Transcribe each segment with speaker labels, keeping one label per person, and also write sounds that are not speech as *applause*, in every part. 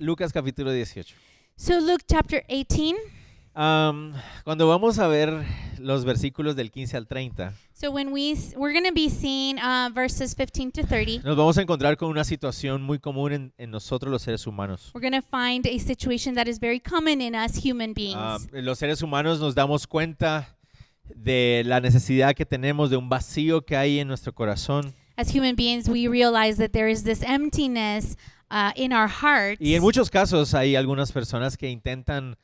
Speaker 1: Lucas capítulo 18.
Speaker 2: So, Luke chapter 18.
Speaker 1: Am, cuando vamos a ver los versículos del 15 al 30,
Speaker 2: So, when we, s- we're going to be seeing uh, verses 15 to 30.
Speaker 1: nos vamos a encontrar con una situación muy común en, en nosotros los seres humanos.
Speaker 2: We're going to find a situation that is very common in us human beings.
Speaker 1: Ah, los seres humanos nos damos cuenta de la necesidad que tenemos, de un vacío que hay en nuestro corazón.
Speaker 2: As human beings, we realize that there is this emptiness uh, in our hearts.
Speaker 1: Y en muchos casos hay algunas personas que intentan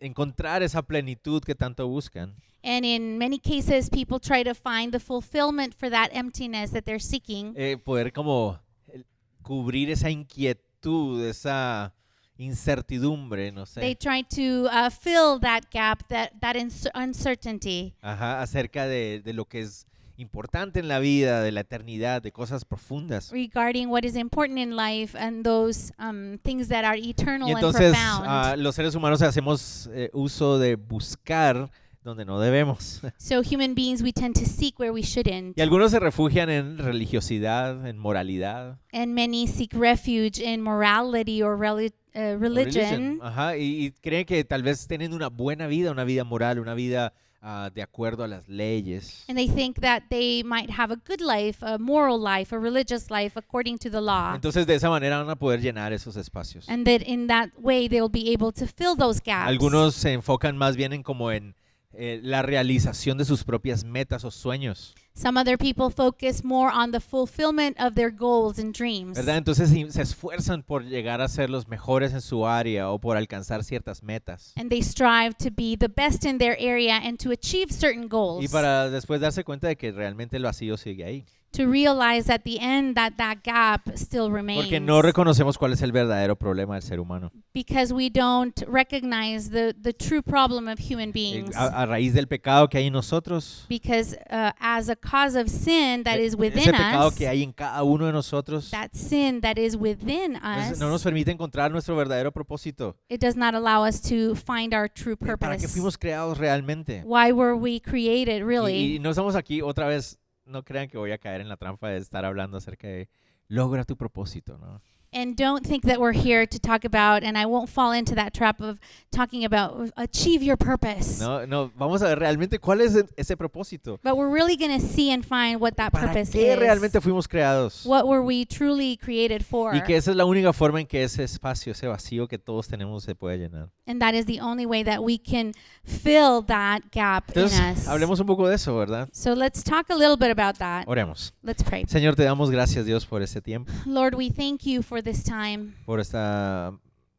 Speaker 1: encontrar esa plenitud que tanto buscan.
Speaker 2: and in many cases, people try to find the fulfillment for that emptiness that they're seeking.
Speaker 1: eh, poder como el- cubrir esa inquietud, esa incertidumbre, no sé,
Speaker 2: They try to uh, fill that gap, that, that ins- uncertainty
Speaker 1: ajá, acerca de, de lo que es importante en la vida, de la eternidad, de cosas profundas.
Speaker 2: regarding what is important in life and those um, things that are eternal
Speaker 1: Y
Speaker 2: and
Speaker 1: entonces
Speaker 2: profound.
Speaker 1: ah, los seres humanos hacemos eh, uso de buscar donde no debemos. *laughs*
Speaker 2: so, human beings, we tend to seek where we shouldn't.
Speaker 1: Y algunos se refugian en religiosidad, en moralidad.
Speaker 2: And many seek refuge in morality or reli- uh,
Speaker 1: o
Speaker 2: religion.
Speaker 1: Ajá, y, y creen que tal vez tienen una buena vida, una vida moral, una vida ah, de acuerdo a las leyes.
Speaker 2: And they think that they might have a good life, a moral life, a religious life according to the law.
Speaker 1: Entonces de esa manera van a poder llenar esos espacios.
Speaker 2: And that in that way they'll be able to fill those gaps.
Speaker 1: Algunos se enfocan más bien en como en eh, la realización de sus propias metas o sueños,
Speaker 2: Some other people focus more on the fulfillment of their goals and dreams.
Speaker 1: ¿verdad? Entonces sí, se esfuerzan por llegar a ser los mejores en su área o por alcanzar ciertas metas.
Speaker 2: And they strive to be the best in their area and to achieve certain goals.
Speaker 1: Y para después darse cuenta de que realmente el vacío sigue ahí.
Speaker 2: To realize at the end that that gap still remains.
Speaker 1: Porque no reconocemos cuál es el verdadero problema del ser humano.
Speaker 2: because we don't recognize the, the true problem of human
Speaker 1: Eh,
Speaker 2: beings.
Speaker 1: A, a raíz del pecado que hay en nosotros,
Speaker 2: because uh, as a cause of sin that
Speaker 1: e-
Speaker 2: is
Speaker 1: ese
Speaker 2: within
Speaker 1: pecado
Speaker 2: us,
Speaker 1: que hay en cada uno de nosotros,
Speaker 2: that sin that is within
Speaker 1: no
Speaker 2: us,
Speaker 1: no nos permite encontrar nuestro verdadero propósito.
Speaker 2: it does not allow us to find our true
Speaker 1: Eh, ¿Para qué
Speaker 2: purpose.
Speaker 1: fuimos creados realmente?
Speaker 2: Why were we created,
Speaker 1: Y-
Speaker 2: really?
Speaker 1: Y, no estamos aquí otra vez. No crean que voy a caer en la trampa de estar hablando acerca de logra tu propósito, ¿no?
Speaker 2: and don't think that we're here to talk about, and I won't fall into that trap of talking about uh, achieve your purpose.
Speaker 1: No, no, vamos a ver realmente cuál es e- ese propósito.
Speaker 2: But we're really going to see and find what that
Speaker 1: ¿Para
Speaker 2: purpose
Speaker 1: qué
Speaker 2: is.
Speaker 1: realmente fuimos creados?
Speaker 2: what were we truly created for?
Speaker 1: Y que esa es la única forma en que ese espacio, ese vacío que todos tenemos se puede llenar.
Speaker 2: and that is the only way that we can fill that gap in
Speaker 1: Entonces,
Speaker 2: us.
Speaker 1: hablemos un poco de eso, ¿verdad?
Speaker 2: So let's talk a little bit about that.
Speaker 1: Oremos.
Speaker 2: Let's pray.
Speaker 1: Señor, te damos gracias, Dios, por este tiempo,
Speaker 2: Lord, we thank you for this time.
Speaker 1: por esta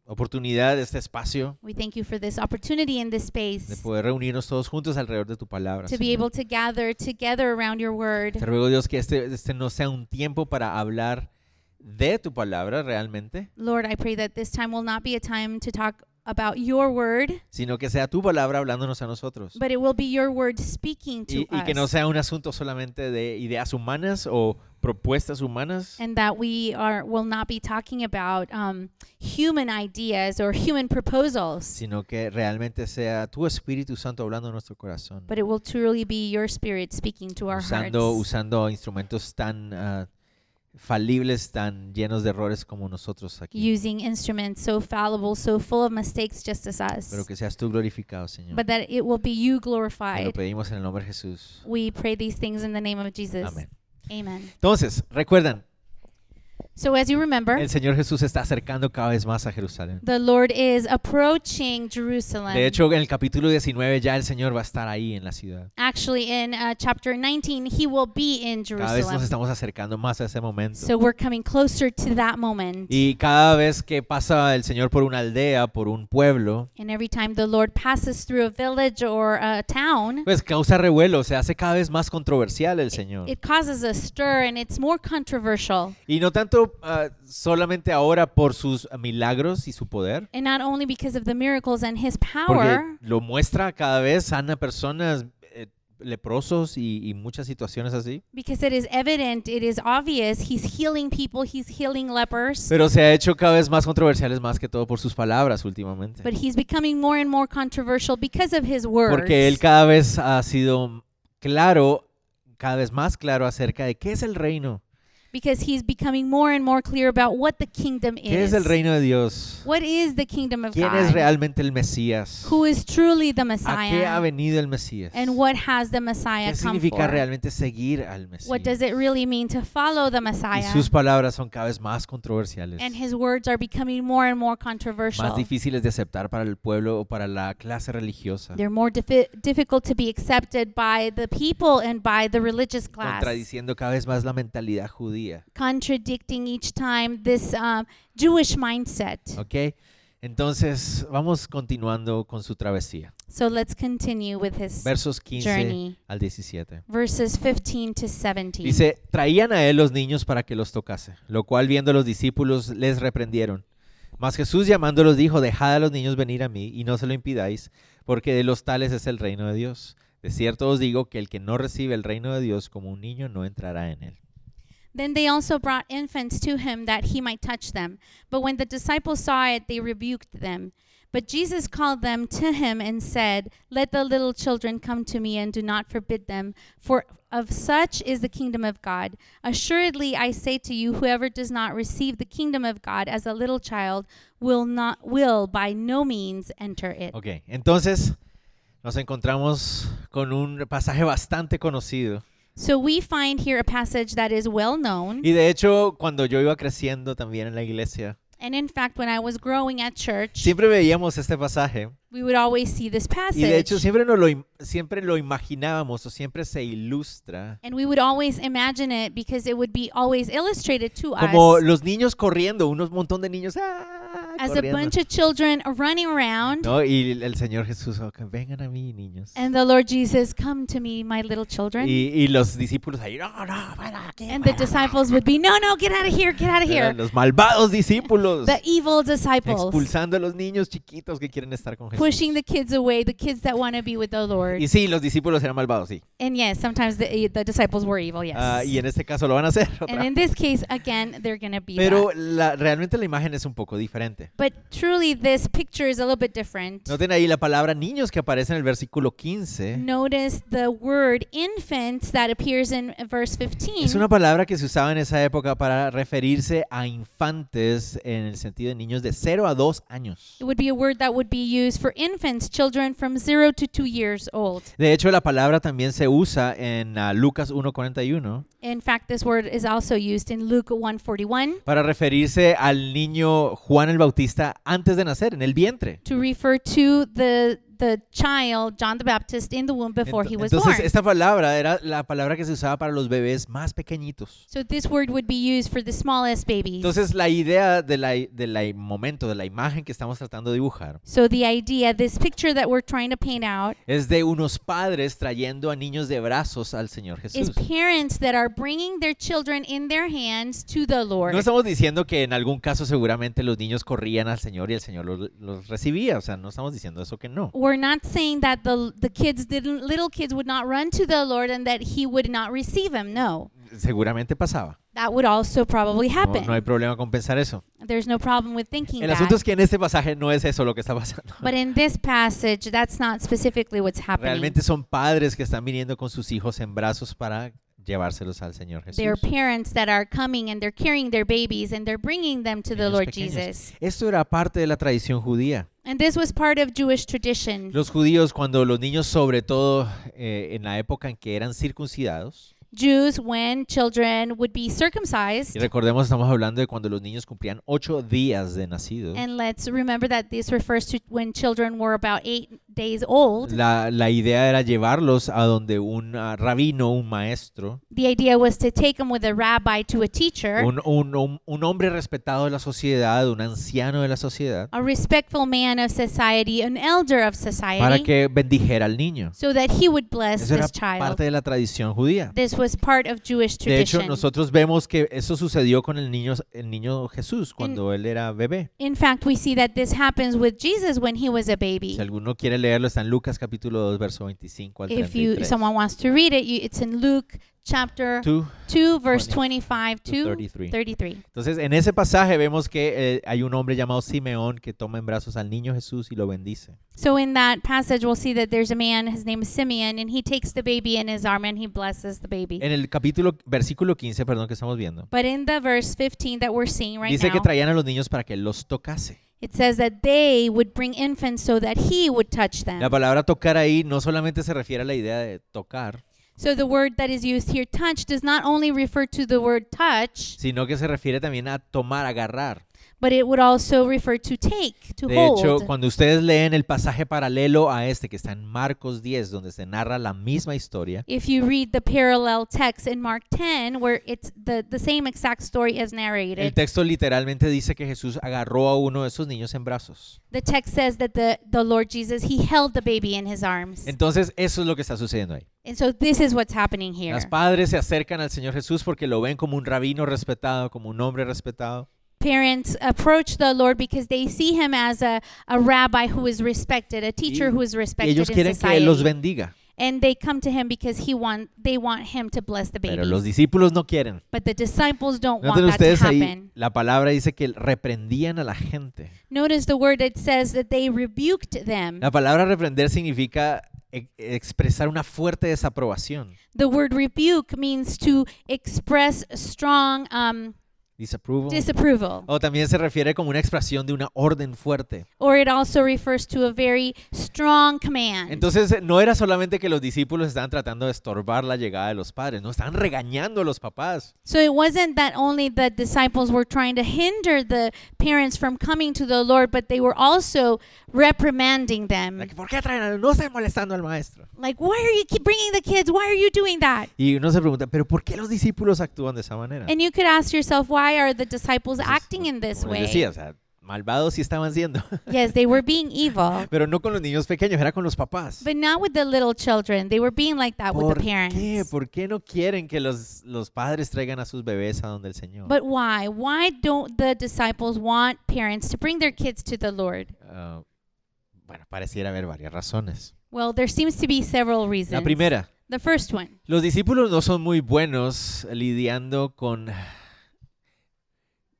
Speaker 1: oportunidad, este espacio
Speaker 2: We thank you for this opportunity in this
Speaker 1: de
Speaker 2: space
Speaker 1: poder reunirnos todos juntos alrededor de tu palabra.
Speaker 2: to be
Speaker 1: Señor.
Speaker 2: able to gather together around your
Speaker 1: Te
Speaker 2: word.
Speaker 1: ruego, Dios, que este, este no sea un tiempo para hablar de tu palabra realmente,
Speaker 2: Lord, I pray that this time will not be a time to talk about your word,
Speaker 1: sino que sea tu palabra hablándonos a nosotros.
Speaker 2: but it will be your word speaking to
Speaker 1: Y, y que no
Speaker 2: us.
Speaker 1: sea un asunto solamente de ideas humanas o propuestas humanas,
Speaker 2: And that we are will not be talking about um, human ideas or human proposals,
Speaker 1: sino que realmente sea tu Espíritu Santo hablando a nuestro corazón,
Speaker 2: but it will truly be your spirit speaking to our
Speaker 1: usando,
Speaker 2: hearts.
Speaker 1: usando instrumentos tan ah, falibles, tan llenos de errores como nosotros aquí.
Speaker 2: Using instruments so fallible, so full of mistakes, just as
Speaker 1: Pero
Speaker 2: us.
Speaker 1: que seas tú glorificado, Señor.
Speaker 2: but that it will be you
Speaker 1: Te lo
Speaker 2: glorified.
Speaker 1: pedimos en el nombre de Jesús.
Speaker 2: We pray these things in the name of Jesus.
Speaker 1: Amén.
Speaker 2: Amen.
Speaker 1: Entonces, recuerdan,
Speaker 2: So as you remember,
Speaker 1: El Señor Jesús se está acercando cada vez más a Jerusalén.
Speaker 2: the Lord is approaching Jerusalem.
Speaker 1: De hecho, en el capítulo 19 ya el Señor va a estar ahí en la ciudad.
Speaker 2: Actually, in uh, chapter 19, he will be in
Speaker 1: Cada vez nos
Speaker 2: Jerusalem.
Speaker 1: estamos acercando más a ese momento.
Speaker 2: So we're coming closer to that moment.
Speaker 1: Y cada vez que pasa el Señor por una aldea, por un pueblo,
Speaker 2: and every time the Lord passes through a village or a town,
Speaker 1: pues causa revuelo, se hace cada vez más controversial el Señor.
Speaker 2: it causes a stir and it's more controversial.
Speaker 1: Y no tanto ah, solamente ahora por sus milagros y su poder,
Speaker 2: And not only because of the miracles and his
Speaker 1: porque
Speaker 2: power,
Speaker 1: lo muestra cada vez, sana personas, eh, leprosos y- y muchas situaciones así.
Speaker 2: because it is evident, it is obvious, he's healing people, he's healing lepers.
Speaker 1: Pero se ha hecho cada vez más controversiales más que todo por sus palabras últimamente.
Speaker 2: But he's becoming more and more controversial because of his words.
Speaker 1: Porque él cada vez ha sido claro, cada vez más claro acerca de qué es el reino.
Speaker 2: because he's becoming more and more clear about what the kingdom
Speaker 1: ¿Qué
Speaker 2: is.
Speaker 1: es el reino de Dios?
Speaker 2: What is the kingdom of
Speaker 1: ¿Quién es
Speaker 2: God?
Speaker 1: realmente el Mesías?
Speaker 2: Who is truly the
Speaker 1: ¿A qué ha
Speaker 2: Messiah?
Speaker 1: venido el Mesías?
Speaker 2: And what has the Messiah
Speaker 1: ¿Qué
Speaker 2: come
Speaker 1: significa
Speaker 2: for?
Speaker 1: realmente seguir al Mesías?
Speaker 2: What does it really mean to follow the
Speaker 1: Y
Speaker 2: Messiah?
Speaker 1: sus palabras son cada vez más controversiales,
Speaker 2: And his words are becoming more and more
Speaker 1: más
Speaker 2: controversial.
Speaker 1: difíciles de aceptar para el pueblo o para la clase religiosa,
Speaker 2: They're more diffi- difficult to be accepted by the people and by the religious class.
Speaker 1: contradiciendo cada vez más la mentalidad judía.
Speaker 2: Contradicting each time this um, Jewish mindset.
Speaker 1: ¿Ok? Entonces, vamos continuando con su travesía.
Speaker 2: So let's continue with his
Speaker 1: Versos 15
Speaker 2: journey,
Speaker 1: al 17.
Speaker 2: verses 15 to 17.
Speaker 1: Dice, traían a él los niños para que los tocase, lo cual viendo los discípulos les reprendieron. Mas Jesús llamándolos dijo, dejad a los niños venir a mí y no se lo impidáis, porque de los tales es el reino de Dios. De cierto os digo que el que no recibe el reino de Dios como un niño no entrará en él.
Speaker 2: Then they also brought infants to him that he might touch them. But when the disciples saw it, they rebuked them. But Jesus called them to him and said, Let the little children come to me and do not forbid them, for of such is the kingdom of God. Assuredly, I say to you, whoever does not receive the kingdom of God as a little child will not will by no means enter it.
Speaker 1: Ok, entonces nos encontramos con un pasaje bastante conocido.
Speaker 2: So we find here a passage that is well known.
Speaker 1: Y de hecho, cuando yo iba creciendo también en la iglesia,
Speaker 2: And in fact, when I was growing at church,
Speaker 1: siempre veíamos este pasaje.
Speaker 2: we would always see this passage.
Speaker 1: Y de hecho siempre, nos lo, im- siempre lo imaginábamos o siempre se ilustra
Speaker 2: And we would always imagine it because it would be always illustrated to
Speaker 1: como
Speaker 2: us
Speaker 1: los niños corriendo, unos montón de niños ¡ah!
Speaker 2: as a
Speaker 1: corriendo,
Speaker 2: bunch of children running around.
Speaker 1: ¿no? Y el Señor Jesús, "Ok, vengan a mí niños.
Speaker 2: And the Lord Jesus, come to me, my little children.
Speaker 1: Y, y los discípulos ahí, no, no, para aquí.
Speaker 2: and the
Speaker 1: para".
Speaker 2: disciples would be, no, no, get out of here, get out of
Speaker 1: Eran
Speaker 2: here.
Speaker 1: Los malvados discípulos
Speaker 2: The evil disciples
Speaker 1: expulsando a los niños chiquitos que quieren estar con Jesús.
Speaker 2: pushing the kids away, the kids that want to be with the Lord.
Speaker 1: Y sí, los discípulos eran malvados, sí.
Speaker 2: And yes, sometimes the, eh, the disciples were evil, yes.
Speaker 1: Ah, y en este caso lo van a hacer *laughs* otra
Speaker 2: and in
Speaker 1: vez.
Speaker 2: this case, again, they're going to be.
Speaker 1: Pero
Speaker 2: that.
Speaker 1: la- realmente la imagen es un poco diferente.
Speaker 2: But truly, this picture is a little bit different.
Speaker 1: Noten ahí la palabra niños que aparece en el versículo 15.
Speaker 2: Notice the word infants that appears in verse 15.
Speaker 1: Es una palabra que se usaba en esa época para referirse a infantes en el sentido de niños de 0 a 2 años.
Speaker 2: It would be a word that would be used for infants, children from 0 to 2 years old.
Speaker 1: De hecho, la palabra también se usa en ah, Lucas 1.41
Speaker 2: In fact, this word is also used in Luke 141
Speaker 1: para referirse al niño Juan el Bautista antes de nacer, en el vientre.
Speaker 2: to refer to the the child John the Baptist in the womb before
Speaker 1: Ento-
Speaker 2: he was
Speaker 1: Entonces,
Speaker 2: born.
Speaker 1: esta palabra era la palabra que se usaba para los bebés más pequeñitos.
Speaker 2: So this word would be used for the smallest babies.
Speaker 1: Entonces, la idea del la, de la momento, de la imagen que estamos tratando de dibujar,
Speaker 2: so the idea, this picture that we're trying to paint out
Speaker 1: es de unos padres trayendo a niños de brazos al Señor
Speaker 2: is
Speaker 1: Jesús.
Speaker 2: parents that are bringing their children in their hands to the Lord.
Speaker 1: No estamos diciendo que en algún caso seguramente los niños corrían al Señor y el Señor los, los recibía, o sea, no estamos diciendo eso que no.
Speaker 2: we're not saying that the the kids didn't little kids would not run to the Lord and that he would not receive him. No.
Speaker 1: Seguramente pasaba.
Speaker 2: That would also probably
Speaker 1: No,
Speaker 2: happen.
Speaker 1: no hay problema con pensar eso.
Speaker 2: There's no problem with thinking
Speaker 1: El
Speaker 2: that.
Speaker 1: asunto es que en este pasaje no es eso lo que está pasando. *laughs*
Speaker 2: But in this passage, that's not specifically what's happening.
Speaker 1: Realmente son padres que están viniendo con sus hijos en brazos para llevárselos al Señor Jesús.
Speaker 2: They're parents that are coming and they're carrying their babies and they're bringing them to the
Speaker 1: Niños
Speaker 2: Lord
Speaker 1: pequeños.
Speaker 2: Jesus.
Speaker 1: Esto era parte de la tradición judía.
Speaker 2: And this was part of Jewish tradition.
Speaker 1: Los judíos, cuando los niños, sobre todo eh, en la época en que eran circuncidados,
Speaker 2: Jews, when children would be circumcised,
Speaker 1: Y recordemos, estamos hablando de cuando los niños cumplían ocho días de nacido.
Speaker 2: and let's remember that this refers to when children were about eight days old.
Speaker 1: La, la idea era llevarlos a donde un ah, rabino, un maestro,
Speaker 2: The idea was to take them with a rabbi to a teacher,
Speaker 1: un, un- un- un hombre respetado de la sociedad, un anciano de la sociedad,
Speaker 2: a respectful man of society, an elder of
Speaker 1: para
Speaker 2: society,
Speaker 1: que bendijera al niño.
Speaker 2: so that he would bless
Speaker 1: Eso era
Speaker 2: this child.
Speaker 1: parte de la tradición judía.
Speaker 2: This was part of Jewish
Speaker 1: De hecho,
Speaker 2: tradition.
Speaker 1: nosotros vemos que eso sucedió con el niño, el niño Jesús cuando él era bebé.
Speaker 2: In fact, we see that this happens with Jesus when he was a baby.
Speaker 1: Si alguno quiere leerlo, está en Lucas capítulo 2, verso 25 al
Speaker 2: If you
Speaker 1: 33.
Speaker 2: someone wants to read it, you, it's in Luke chapter 2,
Speaker 1: 2
Speaker 2: verse
Speaker 1: 20
Speaker 2: 25
Speaker 1: to
Speaker 2: to
Speaker 1: 33.
Speaker 2: 33.
Speaker 1: Entonces, en ese pasaje vemos que eh, hay un hombre llamado Simeón que toma en brazos al niño Jesús y lo bendice.
Speaker 2: So in that passage, we'll see that there's a man, his name is Simeon, and he takes the baby in his arm and he blesses the baby.
Speaker 1: En el capítulo, versículo 15, perdón, que estamos viendo,
Speaker 2: But in the verse 15 that we're seeing right
Speaker 1: dice que
Speaker 2: now,
Speaker 1: traían a los niños para que los tocase.
Speaker 2: it says that they would bring infants so that he would touch
Speaker 1: La
Speaker 2: them.
Speaker 1: palabra tocar ahí no solamente se refiere a la idea de tocar,
Speaker 2: So the word that is used here, touch, does not only refer to the word touch,
Speaker 1: sino que se refiere también a tomar, agarrar.
Speaker 2: but it would also refer to take, to
Speaker 1: De hecho,
Speaker 2: hold.
Speaker 1: cuando ustedes leen el pasaje paralelo a este que está en Marcos 10, donde se narra la misma historia,
Speaker 2: If you read the parallel text in Mark 10, where it's the, the same exact story as
Speaker 1: el
Speaker 2: narrated,
Speaker 1: texto literalmente dice que Jesús agarró a uno de esos niños en brazos.
Speaker 2: the text says that the, the Lord Jesus, he held the baby in his arms.
Speaker 1: Entonces, eso es lo que está sucediendo ahí.
Speaker 2: And so this is what's happening here.
Speaker 1: Los padres se acercan al Señor Jesús porque lo ven como un rabino respetado, como un hombre respetado.
Speaker 2: Parents approach the Lord because they see him as a, a rabbi who is respected, a teacher
Speaker 1: Y-
Speaker 2: who is
Speaker 1: Y
Speaker 2: respected
Speaker 1: ellos
Speaker 2: in
Speaker 1: quieren que Él los
Speaker 2: society.
Speaker 1: bendiga,
Speaker 2: And they come to him because he want they want him to bless the
Speaker 1: pero los
Speaker 2: babies.
Speaker 1: discípulos no quieren.
Speaker 2: But the disciples don't want
Speaker 1: Noten
Speaker 2: that to
Speaker 1: ustedes ahí,
Speaker 2: happen.
Speaker 1: la palabra dice que reprendían a la gente.
Speaker 2: Notice the word that says that they rebuked them.
Speaker 1: La palabra reprender significa e- expresar una fuerte desaprobación.
Speaker 2: The word rebuke means to express strong um,
Speaker 1: Disapproval.
Speaker 2: disapproval,
Speaker 1: O también se refiere como una expresión de una orden fuerte.
Speaker 2: or it also refers to a very strong command.
Speaker 1: Entonces, no era solamente que los discípulos estaban tratando de estorbar la llegada de los padres, no, estaban regañando a los papás.
Speaker 2: So it wasn't that only the disciples were trying to hinder the parents from coming to the Lord, but they were also reprimanding them.
Speaker 1: Like, ¿Por qué traen a... No están molestando al maestro.
Speaker 2: Like, why are you keep bringing the kids? Why are you doing that?
Speaker 1: Y uno se pregunta, ¿pero por qué los discípulos actúan de esa manera?
Speaker 2: And you could ask yourself, why are the disciples
Speaker 1: Entonces, pues,
Speaker 2: acting in this
Speaker 1: como les decía,
Speaker 2: way?
Speaker 1: o sea, malvados sí estaban siendo, *laughs*
Speaker 2: Yes, they were being evil,
Speaker 1: pero no con los niños pequeños, era con los papás.
Speaker 2: but not with the little children. They were being like that with
Speaker 1: ¿Por
Speaker 2: the
Speaker 1: qué?
Speaker 2: parents.
Speaker 1: ¿Por qué no quieren que los, los padres traigan a sus bebés a donde el Señor?
Speaker 2: But why? Why don't the disciples want parents to bring their kids to the Lord?
Speaker 1: Ah, bueno, pareciera haber varias razones.
Speaker 2: Well, there seems to be several
Speaker 1: La
Speaker 2: reasons.
Speaker 1: primera,
Speaker 2: The first one.
Speaker 1: los discípulos no son muy buenos lidiando con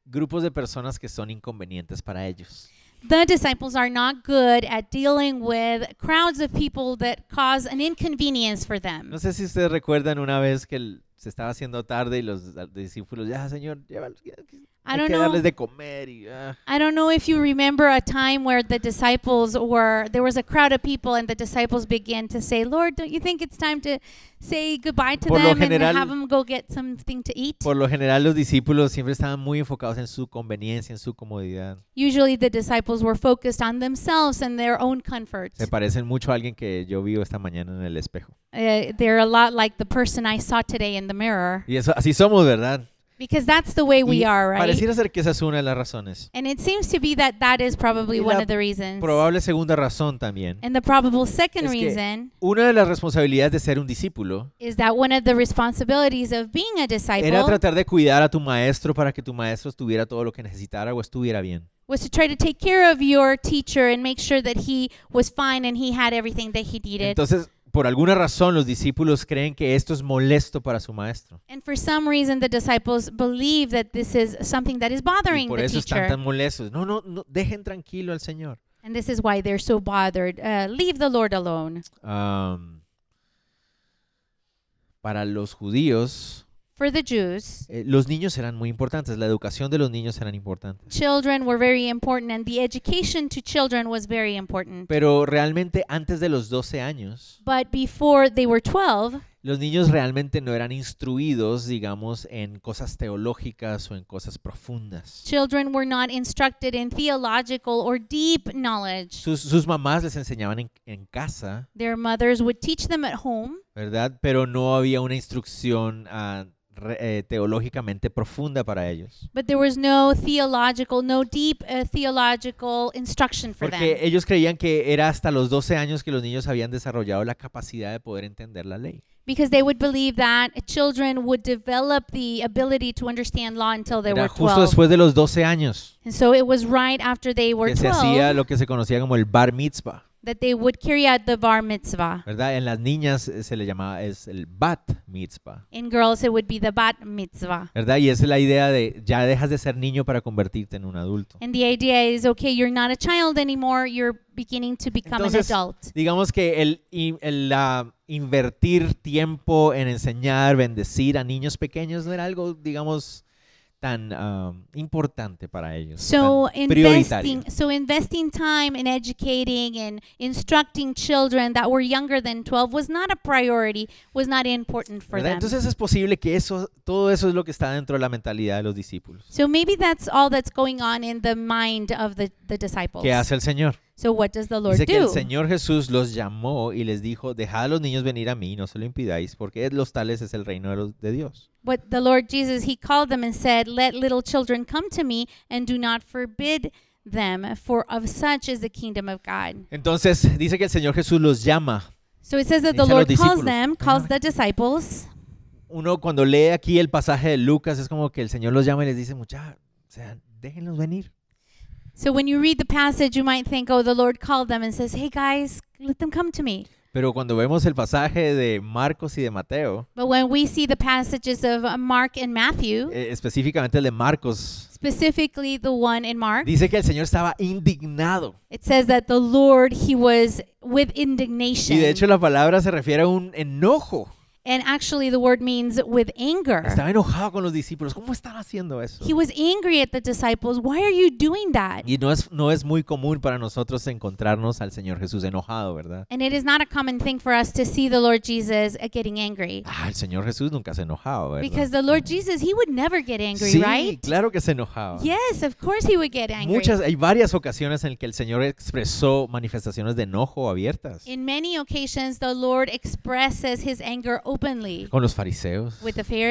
Speaker 1: grupos de personas que son inconvenientes para ellos.
Speaker 2: The disciples are not good at dealing with crowds of people that cause an inconvenience for them.
Speaker 1: No sé si ustedes recuerdan una vez que el- se estaba haciendo tarde y los a- discípulos, ya señor, llévalos, ya, que
Speaker 2: I
Speaker 1: hay
Speaker 2: don't
Speaker 1: que darles
Speaker 2: know.
Speaker 1: de comer y ah".
Speaker 2: I don't know if you remember a time where the disciples were there was a crowd of people and the disciples began to say, "Lord, don't you think it's time to say goodbye to
Speaker 1: Por lo
Speaker 2: them and
Speaker 1: general-
Speaker 2: have them go get something to eat?"
Speaker 1: Por lo general los discípulos siempre estaban muy enfocados en su conveniencia, en su comodidad.
Speaker 2: Usually the disciples were focused on themselves and their own comfort.
Speaker 1: Se parecen mucho a alguien que yo vi esta mañana en el espejo.
Speaker 2: Uh, they're a lot like the person I saw today in the mirror
Speaker 1: Y eso así somos, ¿verdad?
Speaker 2: because that's the way we
Speaker 1: Y
Speaker 2: are, right?
Speaker 1: Pareciera ser que esa es una de las razones.
Speaker 2: And it seems to be that that is probably
Speaker 1: Y
Speaker 2: one
Speaker 1: la
Speaker 2: of the reasons.
Speaker 1: Probable segunda razón también.
Speaker 2: And the probable second
Speaker 1: Es que-
Speaker 2: reason
Speaker 1: Una de las responsabilidades de ser un discípulo
Speaker 2: is that one of the responsibilities of being a
Speaker 1: era
Speaker 2: disciple
Speaker 1: tratar de cuidar a tu maestro para que tu maestro tuviera todo lo que necesitara o estuviera bien.
Speaker 2: was to try to take care of your teacher and make sure that he was fine and he had everything that he needed.
Speaker 1: Entonces, por alguna razón, los discípulos creen que esto es molesto para su maestro.
Speaker 2: And for some reason, the disciples believe that this is something that is
Speaker 1: Y
Speaker 2: bothering
Speaker 1: por
Speaker 2: the
Speaker 1: eso están tan
Speaker 2: teacher.
Speaker 1: molestos. No, no, no, dejen tranquilo al Señor.
Speaker 2: And this is why they're so bothered. Uh, leave the Lord alone.
Speaker 1: Am, para los judíos,
Speaker 2: For the Jews,
Speaker 1: eh, los niños eran muy importantes. La educación de los niños eran importante.
Speaker 2: children were very important, and the education to children was very important.
Speaker 1: Pero realmente antes de los 12 años,
Speaker 2: But before they were 12,
Speaker 1: los niños realmente no eran instruidos, digamos, en cosas teológicas o en cosas profundas.
Speaker 2: Children were not instructed in theological or deep knowledge.
Speaker 1: Sus, sus mamás les enseñaban en, en casa,
Speaker 2: Their mothers would teach them at home,
Speaker 1: ¿verdad? Pero no había una instrucción ah, re- eh, teológicamente profunda para ellos.
Speaker 2: but there was no theological, no deep uh, theological instruction for
Speaker 1: Porque
Speaker 2: them.
Speaker 1: ellos creían que era hasta los 12 años que los niños habían desarrollado la capacidad de poder entender la ley.
Speaker 2: Because they would believe that children would develop the ability to understand law until they
Speaker 1: Era
Speaker 2: were
Speaker 1: justo
Speaker 2: 12.
Speaker 1: después de los 12 años
Speaker 2: And so it was right after they were
Speaker 1: que se hacía
Speaker 2: 12
Speaker 1: lo que se conocía como el bar mitzvah.
Speaker 2: that they would carry out the bar mitzvah.
Speaker 1: ¿verdad? En las niñas eh, se le llamaba es el bat mitzvah,
Speaker 2: In girls, it would be the bat mitzvah.
Speaker 1: ¿verdad? Y esa es la idea de ya dejas de ser niño para convertirte en un adulto.
Speaker 2: And the idea is okay, you're not a child anymore, you're beginning to become an
Speaker 1: Entonces,
Speaker 2: adult.
Speaker 1: Digamos que el, in- el, ah, invertir tiempo en enseñar, bendecir a niños pequeños no era algo, digamos, tan ah, importante para ellos.
Speaker 2: So
Speaker 1: tan prioritario.
Speaker 2: investing so investing time in educating and instructing children that were younger than 12 was not a priority, was not important for
Speaker 1: ¿verdad?
Speaker 2: them.
Speaker 1: Entonces es posible que eso, todo eso es lo que está dentro de la mentalidad de los discípulos.
Speaker 2: So maybe that's all that's going on in the mind of the, the disciples.
Speaker 1: ¿Qué hace el Señor?
Speaker 2: So what does the Lord
Speaker 1: Dice que el
Speaker 2: do?
Speaker 1: Señor Jesús los llamó y les dijo, dejad a los niños venir a mí, no se lo impidáis, porque de los tales es el reino de, los- de Dios.
Speaker 2: What the Lord Jesus, he called them and said, Let little children come to me and do not forbid them, for of such is the kingdom of God.
Speaker 1: Entonces dice que el Señor Jesús los llama.
Speaker 2: So it says that
Speaker 1: Dice
Speaker 2: the
Speaker 1: a los
Speaker 2: Lord calls
Speaker 1: discípulos.
Speaker 2: them, calls the disciples.
Speaker 1: Uno cuando lee aquí el pasaje de Lucas es como que el Señor los llama y les dice, muchachos, o sea, déjenlos venir.
Speaker 2: So when you read the passage, you might think, Oh, the Lord called them and says, Hey guys, let them come to me.
Speaker 1: Pero cuando vemos el pasaje de Marcos y de Mateo,
Speaker 2: But when we see the passages of uh, Mark and Matthew,
Speaker 1: eh, específicamente el de Marcos,
Speaker 2: specifically the one in Mark,
Speaker 1: dice que el Señor estaba indignado.
Speaker 2: It says that the Lord, he was with
Speaker 1: Y de hecho
Speaker 2: indignation.
Speaker 1: la palabra se refiere a un enojo.
Speaker 2: And actually, the word means with anger.
Speaker 1: Estaba enojado con los discípulos. ¿Cómo están haciendo eso?
Speaker 2: He was angry at the disciples. Why are you doing that?
Speaker 1: Y no es, no es muy común para nosotros encontrarnos al Señor Jesús enojado, ¿verdad?
Speaker 2: And it is not a common thing for us to see the Lord Jesus uh, getting angry.
Speaker 1: Ah, el Señor Jesús nunca se enojaba, ¿verdad?
Speaker 2: Because the Lord Jesus, he would never get angry,
Speaker 1: sí,
Speaker 2: right?
Speaker 1: claro que se enojaba.
Speaker 2: Yes, of course he would get angry.
Speaker 1: Muchas, hay varias ocasiones en las que el Señor expresó manifestaciones de enojo abiertas.
Speaker 2: In many occasions, the Lord expresses his anger openly
Speaker 1: Con los fariseos,
Speaker 2: with the
Speaker 1: con la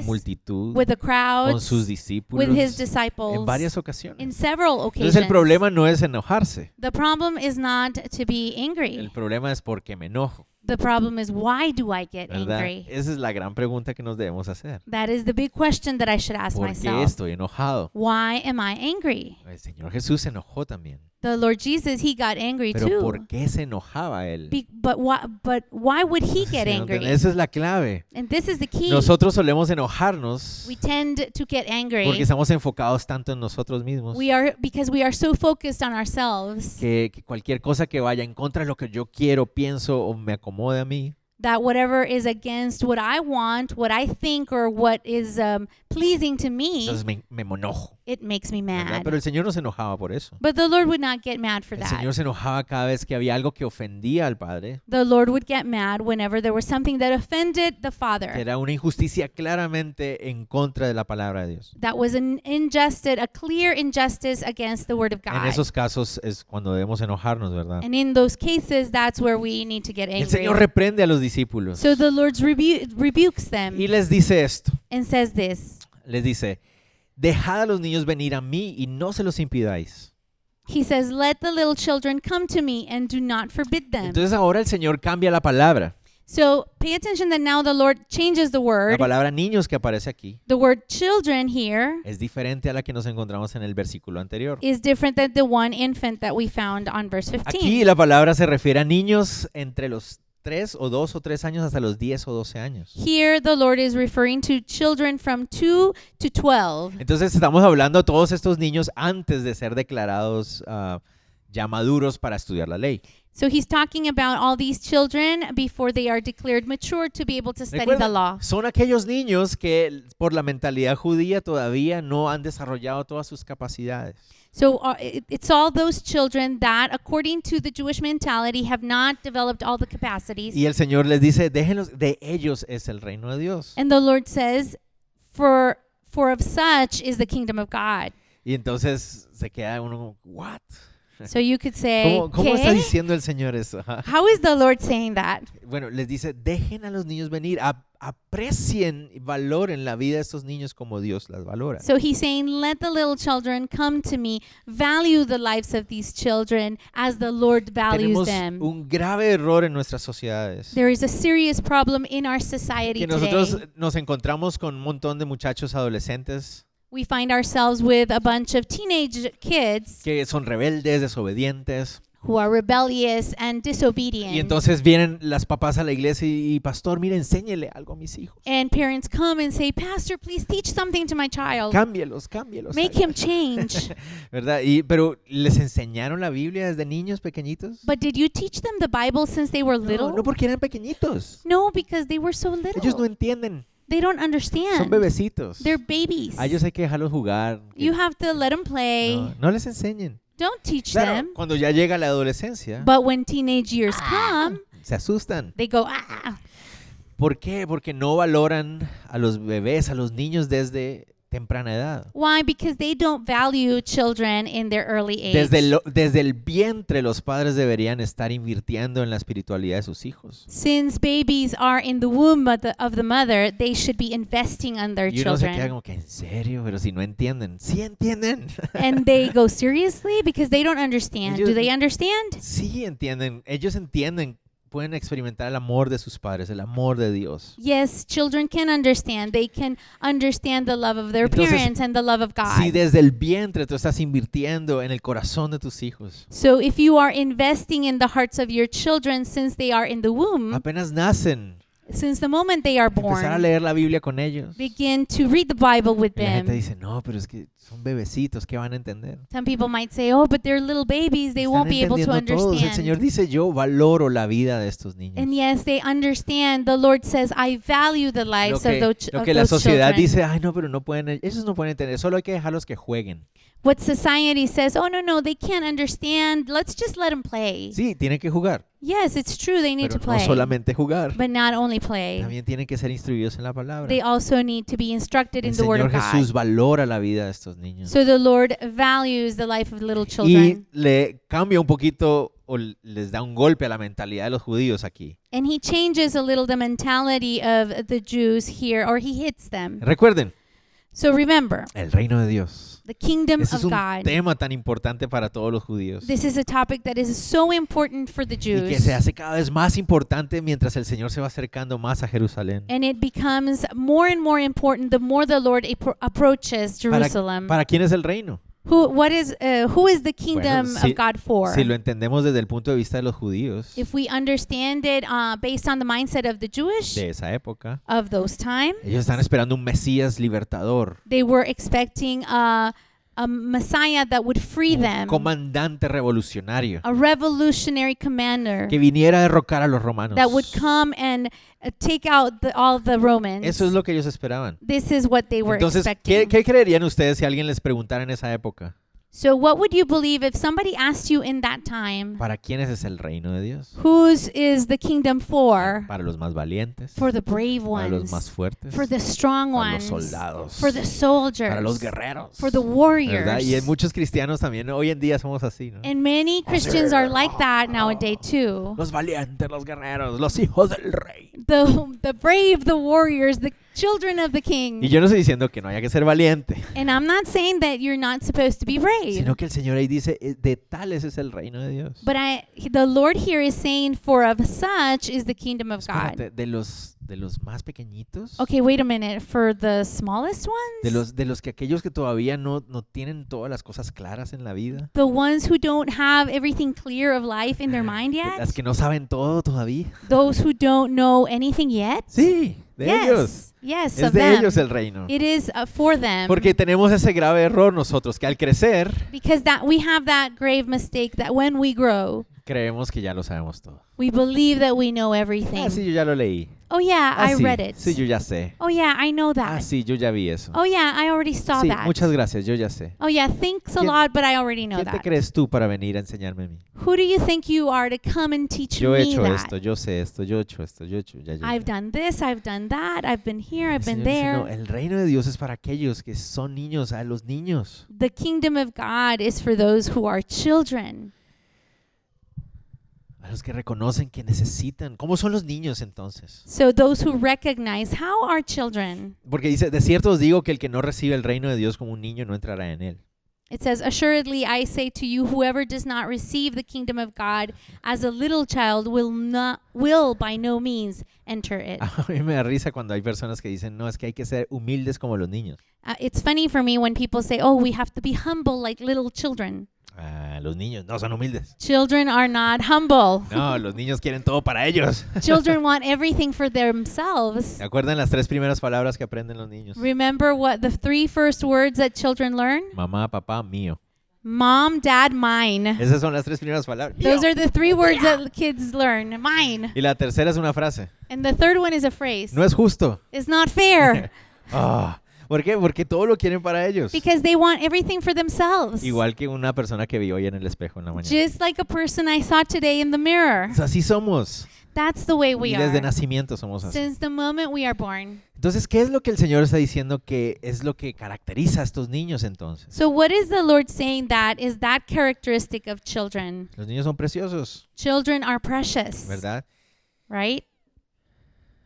Speaker 2: Pharisees,
Speaker 1: multitud,
Speaker 2: with the
Speaker 1: con
Speaker 2: crowds,
Speaker 1: sus discípulos,
Speaker 2: with his
Speaker 1: en
Speaker 2: disciples,
Speaker 1: varias
Speaker 2: in
Speaker 1: ocasiones.
Speaker 2: several occasions.
Speaker 1: Entonces el problema no es enojarse,
Speaker 2: The problem is not to be
Speaker 1: el
Speaker 2: angry.
Speaker 1: problema es porque me enojo,
Speaker 2: The problem is why do I get
Speaker 1: ¿verdad?
Speaker 2: angry?
Speaker 1: Esa es la gran pregunta que nos debemos hacer.
Speaker 2: That is the big question that I should ask
Speaker 1: ¿Por qué
Speaker 2: myself.
Speaker 1: estoy enojado?
Speaker 2: Why am I angry?
Speaker 1: El Señor Jesús se enojó también.
Speaker 2: The Lord Jesus, he got angry
Speaker 1: Pero ¿por
Speaker 2: too.
Speaker 1: qué se enojaba él?
Speaker 2: Be- but why but why would he
Speaker 1: *laughs*
Speaker 2: get
Speaker 1: Sí, ¿no entiendes?
Speaker 2: angry?
Speaker 1: Esa es la clave.
Speaker 2: And this is the key.
Speaker 1: Nosotros solemos enojarnos
Speaker 2: We tend to get
Speaker 1: porque
Speaker 2: angry.
Speaker 1: estamos enfocados tanto en nosotros mismos
Speaker 2: We are because we are so focused on ourselves
Speaker 1: que, que cualquier cosa que vaya en contra de lo que yo quiero, pienso o me acomode a mí,
Speaker 2: that whatever is against what I want, what I think, or what is um, pleasing to me,
Speaker 1: entonces me, me enojo.
Speaker 2: it makes me
Speaker 1: ¿verdad?
Speaker 2: mad.
Speaker 1: Pero el Señor no se enojaba por eso.
Speaker 2: But the Lord would not get mad for
Speaker 1: El
Speaker 2: that.
Speaker 1: Señor se enojaba cada vez que había algo que ofendía al Padre,
Speaker 2: The Lord would get mad whenever there was something that offended
Speaker 1: que
Speaker 2: the Father.
Speaker 1: era una injusticia claramente en contra de la palabra de Dios.
Speaker 2: That was an injustice, a clear injustice against the Word of
Speaker 1: En
Speaker 2: God.
Speaker 1: esos casos es cuando debemos enojarnos, ¿verdad?
Speaker 2: And in those cases, that's where we need to get
Speaker 1: El Señor
Speaker 2: angry.
Speaker 1: reprende a los discípulos.
Speaker 2: So the Lord rebu- rebukes
Speaker 1: Y
Speaker 2: them
Speaker 1: les dice esto,
Speaker 2: and says this.
Speaker 1: les dice, dejad a los niños venir a mí y no se los impidáis.
Speaker 2: He says, Let the little children come to me and do not forbid them.
Speaker 1: Entonces ahora el Señor cambia la palabra,
Speaker 2: So pay attention that now the Lord changes the
Speaker 1: la
Speaker 2: word.
Speaker 1: palabra niños que aparece aquí.
Speaker 2: The word children here
Speaker 1: Es diferente a la que nos encontramos en el versículo anterior.
Speaker 2: is different than the one infant that we found on verse 15.
Speaker 1: Aquí la palabra se refiere a niños entre los 3 o 2 o 3 años hasta los 10 o 12 años.
Speaker 2: Here, the Lord is referring to children from 2 to 12.
Speaker 1: Entonces estamos hablando a todos estos niños antes de ser declarados ah, ya maduros para estudiar la ley.
Speaker 2: So he's talking about all these children before they are declared mature to be able to study the
Speaker 1: Recuerda,
Speaker 2: law.
Speaker 1: Son aquellos niños que por la mentalidad judía todavía no han desarrollado todas sus capacidades.
Speaker 2: So uh, it- it's all those children that, according to the Jewish mentality, have not developed all the capacities.
Speaker 1: Y el Señor les dice, déjenlos, de ellos es el reino de Dios.
Speaker 2: And the Lord says, For for of such is the kingdom of God.
Speaker 1: Y entonces se queda uno como, what?
Speaker 2: So you could say,
Speaker 1: ¿Cómo, cómo está
Speaker 2: Eh, "¿Qué?
Speaker 1: diciendo el Señor eso? Ajá.
Speaker 2: How is the Lord saying that?
Speaker 1: Bueno, les dice, dejen a los niños venir, ap- aprecien y valoren la vida de estos niños como Dios las valora.
Speaker 2: So he's saying, Let the little children come to me. Value the lives of these children as the Lord
Speaker 1: Tenemos
Speaker 2: values them.
Speaker 1: un grave error en nuestras sociedades.
Speaker 2: There is a serious problem in our society
Speaker 1: Que nosotros
Speaker 2: today.
Speaker 1: nos encontramos con un montón de muchachos adolescentes
Speaker 2: We find ourselves with a bunch of teenage kids
Speaker 1: que son rebeldes, desobedientes,
Speaker 2: who are rebellious and disobedient.
Speaker 1: Y entonces vienen las papás a la iglesia y, y, pastor, mire, enséñele algo a mis hijos.
Speaker 2: and parents come and say, Pastor, please teach something to my child.
Speaker 1: Cámbielos, cámbielos.
Speaker 2: Oh. Make
Speaker 1: allá".
Speaker 2: him change.
Speaker 1: *laughs* ¿Verdad? Y, pero ¿les enseñaron la Biblia desde niños pequeñitos?
Speaker 2: but did you teach them the Bible since they were little?
Speaker 1: No, no porque eran pequeñitos.
Speaker 2: No, because they were so little.
Speaker 1: Ellos no entienden.
Speaker 2: they don't
Speaker 1: Son
Speaker 2: understand.
Speaker 1: bebecitos.
Speaker 2: They're babies.
Speaker 1: A ellos hay Ah, que dejarlos jugar. que-
Speaker 2: you have to let them play.
Speaker 1: no, no les enseñen.
Speaker 2: Don't teach
Speaker 1: Claro,
Speaker 2: them.
Speaker 1: cuando ya llega la adolescencia,
Speaker 2: But when teenage years
Speaker 1: Ah.
Speaker 2: come,
Speaker 1: se asustan.
Speaker 2: they go, ah.
Speaker 1: ¿Por qué? Porque no valoran a los bebés, a los niños desde temprana edad.
Speaker 2: Why? Because they don't value children in their early age.
Speaker 1: Desde, lo- desde el vientre los padres deberían estar invirtiendo en la espiritualidad de sus hijos.
Speaker 2: Since babies are in the womb of the, of the mother, they should be investing on their
Speaker 1: Y uno se queda
Speaker 2: children.
Speaker 1: como que, ¿en serio? Pero si no entienden. Sí entienden. *laughs*
Speaker 2: and they go, seriously? Because they don't understand.
Speaker 1: Ellos-
Speaker 2: Do they understand?
Speaker 1: sí entienden. Ellos entienden. Pueden experimentar el amor de sus padres, el amor de Dios.
Speaker 2: Yes, children can understand. They can understand the love of their
Speaker 1: Entonces,
Speaker 2: parents and the love of God.
Speaker 1: Si desde el vientre tú estás invirtiendo en el corazón de tus hijos,
Speaker 2: so if you are investing in the hearts of your children since they are in the womb,
Speaker 1: apenas nacen,
Speaker 2: since the moment they are
Speaker 1: Ah, empezar a
Speaker 2: born,
Speaker 1: leer la Biblia con ellos. Y
Speaker 2: begin to read the Bible with
Speaker 1: la gente
Speaker 2: them.
Speaker 1: dice, no, pero es que son bebecitos, ¿qué van a entender?
Speaker 2: Some people might say, oh, but they're little babies. They
Speaker 1: Están
Speaker 2: won't be able to
Speaker 1: entendiendo todos. El
Speaker 2: understand.
Speaker 1: Señor dice, yo valoro la vida de estos niños.
Speaker 2: And yes, they understand. The Lord says, I value the
Speaker 1: Lo
Speaker 2: lives
Speaker 1: que,
Speaker 2: of those,
Speaker 1: lo
Speaker 2: of
Speaker 1: que la
Speaker 2: those
Speaker 1: sociedad
Speaker 2: children.
Speaker 1: dice, ay, no, pero no pueden, esos no pueden entender, solo hay que dejarlos que jueguen.
Speaker 2: what society says, oh, no, no, they can't understand. Let's just let them play.
Speaker 1: Sí, tienen que jugar,
Speaker 2: Yes, it's true. They need
Speaker 1: pero
Speaker 2: to
Speaker 1: no
Speaker 2: play.
Speaker 1: solamente jugar.
Speaker 2: but not only play,
Speaker 1: También tienen que ser instruidos en la palabra.
Speaker 2: they also need to be instructed
Speaker 1: El
Speaker 2: in the Word
Speaker 1: Señor
Speaker 2: of God.
Speaker 1: Jesús valora la vida de estos niños.
Speaker 2: So the Lord values the life of little
Speaker 1: Y
Speaker 2: children.
Speaker 1: le cambia un poquito o l- les da un golpe a la mentalidad de los judíos aquí.
Speaker 2: and he changes a little the mentality of the Jews here, or he hits them.
Speaker 1: Recuerden,
Speaker 2: So remember,
Speaker 1: el reino de Dios.
Speaker 2: the kingdom
Speaker 1: Ese es
Speaker 2: of
Speaker 1: un
Speaker 2: God.
Speaker 1: tema tan importante para todos los judíos.
Speaker 2: This is a topic that is so important for the
Speaker 1: Y que
Speaker 2: Jews.
Speaker 1: se hace cada vez más importante mientras el Señor se va acercando más a Jerusalén.
Speaker 2: And it becomes more and more important the more the Lord appro- approaches
Speaker 1: ¿Para,
Speaker 2: Jerusalem.
Speaker 1: para quién es el reino?
Speaker 2: who what is uh, who is the kingdom
Speaker 1: si-
Speaker 2: of God for?
Speaker 1: Si lo entendemos desde el punto de vista de los judíos
Speaker 2: if we understand it uh, based on the mindset of the Jewish
Speaker 1: de esa época,
Speaker 2: of those time,
Speaker 1: ellos están esperando un Mesías libertador,
Speaker 2: they were expecting a, a Messiah that would free
Speaker 1: un
Speaker 2: them,
Speaker 1: comandante revolucionario
Speaker 2: a revolutionary commander
Speaker 1: que viniera a derrocar a los romanos.
Speaker 2: that would come and uh, take out the, all the Romans.
Speaker 1: Eso es lo que ellos esperaban.
Speaker 2: this is what they were
Speaker 1: Entonces, ¿qué,
Speaker 2: expecting.
Speaker 1: qué creerían ustedes si alguien les preguntara en esa época?
Speaker 2: So, what would you believe if somebody asked you in that time,
Speaker 1: ¿Para quiénes es el reino de Dios?
Speaker 2: whose is the kingdom for?
Speaker 1: Para los más valientes,
Speaker 2: For the brave
Speaker 1: para los más
Speaker 2: ones,
Speaker 1: fuertes,
Speaker 2: for the strong
Speaker 1: para los
Speaker 2: ones,
Speaker 1: soldados,
Speaker 2: for the soldiers,
Speaker 1: para los guerreros.
Speaker 2: for the
Speaker 1: ¿verdad? Y hay
Speaker 2: warriors.
Speaker 1: muchos cristianos también hoy en día somos así, ¿no?
Speaker 2: And many Christians are like that nowadays too.
Speaker 1: Los valientes, los guerreros, los hijos del rey.
Speaker 2: The, *laughs* the brave, the warriors, the children of the
Speaker 1: Y
Speaker 2: king.
Speaker 1: yo no estoy diciendo que no haya que ser valiente,
Speaker 2: And I'm not saying that you're not supposed to be brave,
Speaker 1: sino que el Señor ahí dice, eh, de tales es el reino de Dios.
Speaker 2: but I, the Lord here is saying, for of such is the kingdom of God.
Speaker 1: Espérate, de los de los más pequeñitos,
Speaker 2: Okay, wait a minute. For the smallest ones?
Speaker 1: de los de los que aquellos que todavía no no tienen todas las cosas claras en la vida.
Speaker 2: the ones who don't have everything clear of life in
Speaker 1: *laughs*
Speaker 2: their mind
Speaker 1: De
Speaker 2: yet?
Speaker 1: Las que no saben todo todavía.
Speaker 2: Those who don't know anything yet?
Speaker 1: Sí, de
Speaker 2: yes.
Speaker 1: ellos.
Speaker 2: Yes,
Speaker 1: Es
Speaker 2: of
Speaker 1: de
Speaker 2: them.
Speaker 1: ellos el reino.
Speaker 2: It is uh, for them.
Speaker 1: Porque tenemos ese grave error nosotros, que al crecer
Speaker 2: because that we have that grave mistake that when we grow,
Speaker 1: creemos que ya lo sabemos todo.
Speaker 2: we believe that we know everything.
Speaker 1: Ah, sí, yo ya lo leí.
Speaker 2: Oh yeah,
Speaker 1: Ah,
Speaker 2: I
Speaker 1: sí,
Speaker 2: read it.
Speaker 1: sí, yo ya sé.
Speaker 2: oh yeah, I know that.
Speaker 1: Ah, sí, yo ya vi eso.
Speaker 2: Oh yeah, I already saw
Speaker 1: Sí,
Speaker 2: that.
Speaker 1: muchas gracias, yo ya sé.
Speaker 2: oh yeah, thanks a
Speaker 1: ¿Quién-
Speaker 2: lot, but I already know
Speaker 1: ¿Quién te
Speaker 2: that.
Speaker 1: crees tú para venir a enseñarme a mí?
Speaker 2: Who do you think you are to come and teach
Speaker 1: Yo he
Speaker 2: me
Speaker 1: hecho
Speaker 2: that?
Speaker 1: esto, yo sé esto, yo he hecho esto, yo he hecho, ya, ya,
Speaker 2: I've
Speaker 1: ya.
Speaker 2: done this, I've done that, I've been here,
Speaker 1: El
Speaker 2: I've been
Speaker 1: Señor dice,
Speaker 2: there.
Speaker 1: no, eh". el reino de Dios es para aquellos que son niños, a los niños.
Speaker 2: The kingdom of God is for those who are children,
Speaker 1: A los que reconocen que necesitan. ¿Cómo son los niños entonces?
Speaker 2: so those who recognize how are children.
Speaker 1: Porque dice, de cierto os digo que el que no recibe el reino de Dios como un niño no entrará en él.
Speaker 2: It says, Assuredly, I say to you, whoever does not receive the kingdom of God as a little child will not, will by no means enter
Speaker 1: *laughs*
Speaker 2: it.
Speaker 1: A mí me da risa cuando hay personas que dicen, no, es que hay que ser humildes como los niños.
Speaker 2: Uh, it's funny for me when people say, Oh, we have to be humble like little children.
Speaker 1: Ah, los niños no son humildes.
Speaker 2: Children are not humble. *laughs*
Speaker 1: No, los niños quieren todo para ellos.
Speaker 2: Children want everything for themselves.
Speaker 1: *laughs* ¿Se acuerdan las tres primeras palabras que aprenden los niños?
Speaker 2: Remember what the three first words that children learn?
Speaker 1: Mamá, papá, mío.
Speaker 2: Mom, dad, mine.
Speaker 1: Esas son las tres primeras palabras.
Speaker 2: Those are the three words that kids learn. Mine.
Speaker 1: Y la tercera es una frase.
Speaker 2: And the third one is a phrase.
Speaker 1: No es justo.
Speaker 2: It's not fair
Speaker 1: Ah, ¿Por qué? Porque todo lo quieren para ellos.
Speaker 2: because they want everything for themselves.
Speaker 1: Igual que una persona que vi hoy en el espejo en la mañana.
Speaker 2: Just like a person I saw today in
Speaker 1: *laughs*
Speaker 2: the mirror.
Speaker 1: O sea, así somos.
Speaker 2: That's the way
Speaker 1: Y
Speaker 2: we
Speaker 1: desde
Speaker 2: are.
Speaker 1: nacimiento somos así.
Speaker 2: Since the moment we are born.
Speaker 1: Entonces, ¿qué es lo que el Señor está diciendo que es lo que caracteriza a estos niños entonces?
Speaker 2: So, what is the Lord saying that is that characteristic of children?
Speaker 1: Los niños son preciosos,
Speaker 2: Children are precious,
Speaker 1: ¿verdad?
Speaker 2: right?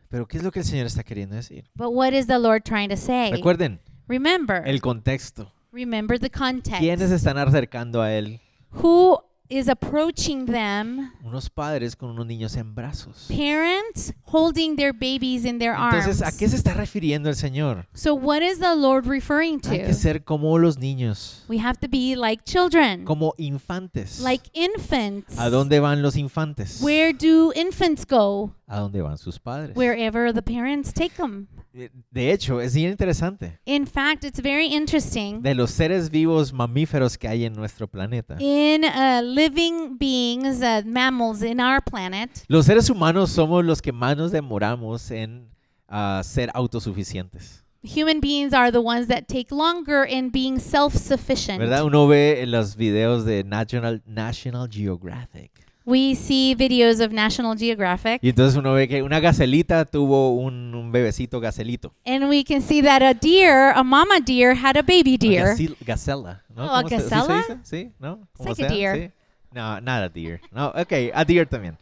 Speaker 1: Pero ¿qué es lo que el Señor está queriendo decir?
Speaker 2: But what is the Lord trying to say?
Speaker 1: Recuerden,
Speaker 2: Remember,
Speaker 1: el contexto.
Speaker 2: remember the
Speaker 1: ¿Quiénes
Speaker 2: context.
Speaker 1: están acercando a Él?
Speaker 2: Who is approaching them?
Speaker 1: Unos padres con unos niños en brazos.
Speaker 2: Parents holding their babies in their arms.
Speaker 1: Entonces, ¿a qué se está refiriendo el Señor?
Speaker 2: So, what is the Lord referring
Speaker 1: Hay que
Speaker 2: to?
Speaker 1: ser como los niños,
Speaker 2: We have to be like children,
Speaker 1: como infantes.
Speaker 2: Mm. like infants.
Speaker 1: ¿A dónde van los infantes?
Speaker 2: Where do infants go?
Speaker 1: ¿A dónde van sus padres?
Speaker 2: Wherever the parents take them.
Speaker 1: Eh, De hecho, es bien interesante.
Speaker 2: In fact, it's very interesting.
Speaker 1: De los seres vivos mamíferos que hay en nuestro planeta,
Speaker 2: in uh, living beings, uh, mammals in our planet,
Speaker 1: los seres humanos somos los que más nos demoramos en ah, ser autosuficientes.
Speaker 2: human beings are the ones that take longer in being self-sufficient.
Speaker 1: ¿Verdad? Uno ve en los videos de National, National Geographic.
Speaker 2: We see videos of National Geographic,
Speaker 1: Y entonces uno ve que una gacelita tuvo un, un bebecito gacelito.
Speaker 2: and we can see that a deer, a mama deer, had a baby
Speaker 1: Una
Speaker 2: deer.
Speaker 1: gacil- gacela. ¿no?
Speaker 2: Oh, a
Speaker 1: ¿Cómo se- ¿sí se
Speaker 2: gacela?
Speaker 1: dice? Sí, ¿no? Como
Speaker 2: like a
Speaker 1: sea,
Speaker 2: deer.
Speaker 1: sí. No, nada deer. No, ok, a deer también.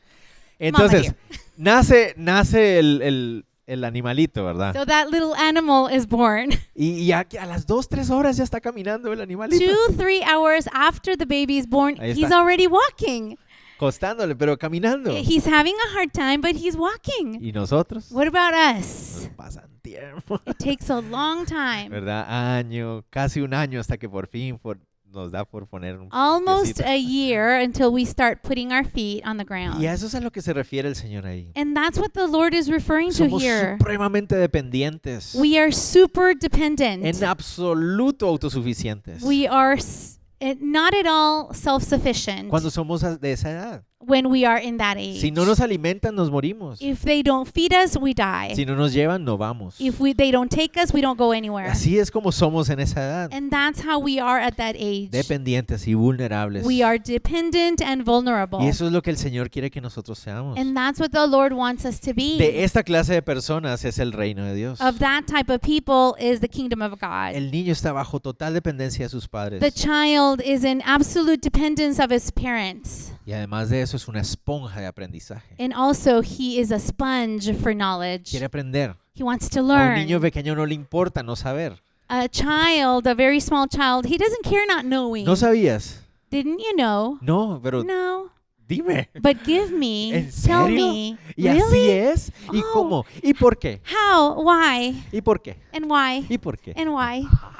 Speaker 1: Entonces, nace, nace el, el- el animalito, ¿verdad?
Speaker 2: So that little animal is
Speaker 1: *laughs*
Speaker 2: born.
Speaker 1: y y a, a las dos, tres horas ya está caminando el animalito.
Speaker 2: Two, three hours after the baby is born,
Speaker 1: Ahí
Speaker 2: he's
Speaker 1: está.
Speaker 2: already walking.
Speaker 1: Costándole, pero caminando.
Speaker 2: He's having a hard time, but he's walking.
Speaker 1: Y nosotros,
Speaker 2: What about us?
Speaker 1: nos pasan tiempo,
Speaker 2: It takes a long
Speaker 1: *laughs*
Speaker 2: time.
Speaker 1: ¿verdad? Año, casi un año hasta que por fin por- nos da por poner
Speaker 2: Oh,
Speaker 1: un...
Speaker 2: Almost
Speaker 1: piecito.
Speaker 2: a year until we start putting our feet on the ground.
Speaker 1: Y a eso es a lo que se refiere el Señor ahí.
Speaker 2: And that's what the Lord is referring to
Speaker 1: Somos
Speaker 2: here.
Speaker 1: supremamente dependientes.
Speaker 2: We are super dependent.
Speaker 1: en absoluto autosuficientes.
Speaker 2: We are s- eh, not at all self sufficient
Speaker 1: Cuando somos a- de esa edad.
Speaker 2: when we are in that age.
Speaker 1: Si no nos alimentan, nos morimos.
Speaker 2: if they don't feed us, we die.
Speaker 1: Si no nos llevan, no vamos.
Speaker 2: if we, they don't take us, we don't go anywhere.
Speaker 1: Así es como somos en esa edad.
Speaker 2: And that's how we are at that age.
Speaker 1: Dependientes y vulnerables.
Speaker 2: We
Speaker 1: Y
Speaker 2: are dependent and vulnerable.
Speaker 1: eso es lo que el Señor quiere que nosotros seamos.
Speaker 2: And that's what the Lord wants us to
Speaker 1: De
Speaker 2: be.
Speaker 1: esta clase de personas es el reino de Dios.
Speaker 2: Of that type of people is the kingdom of God.
Speaker 1: El niño está bajo total dependencia de sus padres.
Speaker 2: The child is in absolute dependence of his parents.
Speaker 1: Y además de eso es una esponja de aprendizaje.
Speaker 2: And also, he is a sponge for knowledge.
Speaker 1: Quiere aprender.
Speaker 2: He wants to
Speaker 1: A un
Speaker 2: learn.
Speaker 1: niño pequeño no le importa no saber.
Speaker 2: A child, a very small child, he doesn't care not knowing.
Speaker 1: ¿No sabías?
Speaker 2: Didn't you know?
Speaker 1: No, pero
Speaker 2: No.
Speaker 1: dime.
Speaker 2: But
Speaker 1: *laughs*
Speaker 2: give
Speaker 1: ¿En
Speaker 2: me,
Speaker 1: serio?
Speaker 2: tell me.
Speaker 1: ¿Y así es? ¿Y
Speaker 2: Oh.
Speaker 1: cómo? ¿Y por qué?
Speaker 2: How? Why?
Speaker 1: ¿Y por qué?
Speaker 2: And why?
Speaker 1: ¿Y por qué?
Speaker 2: And why?
Speaker 1: *laughs*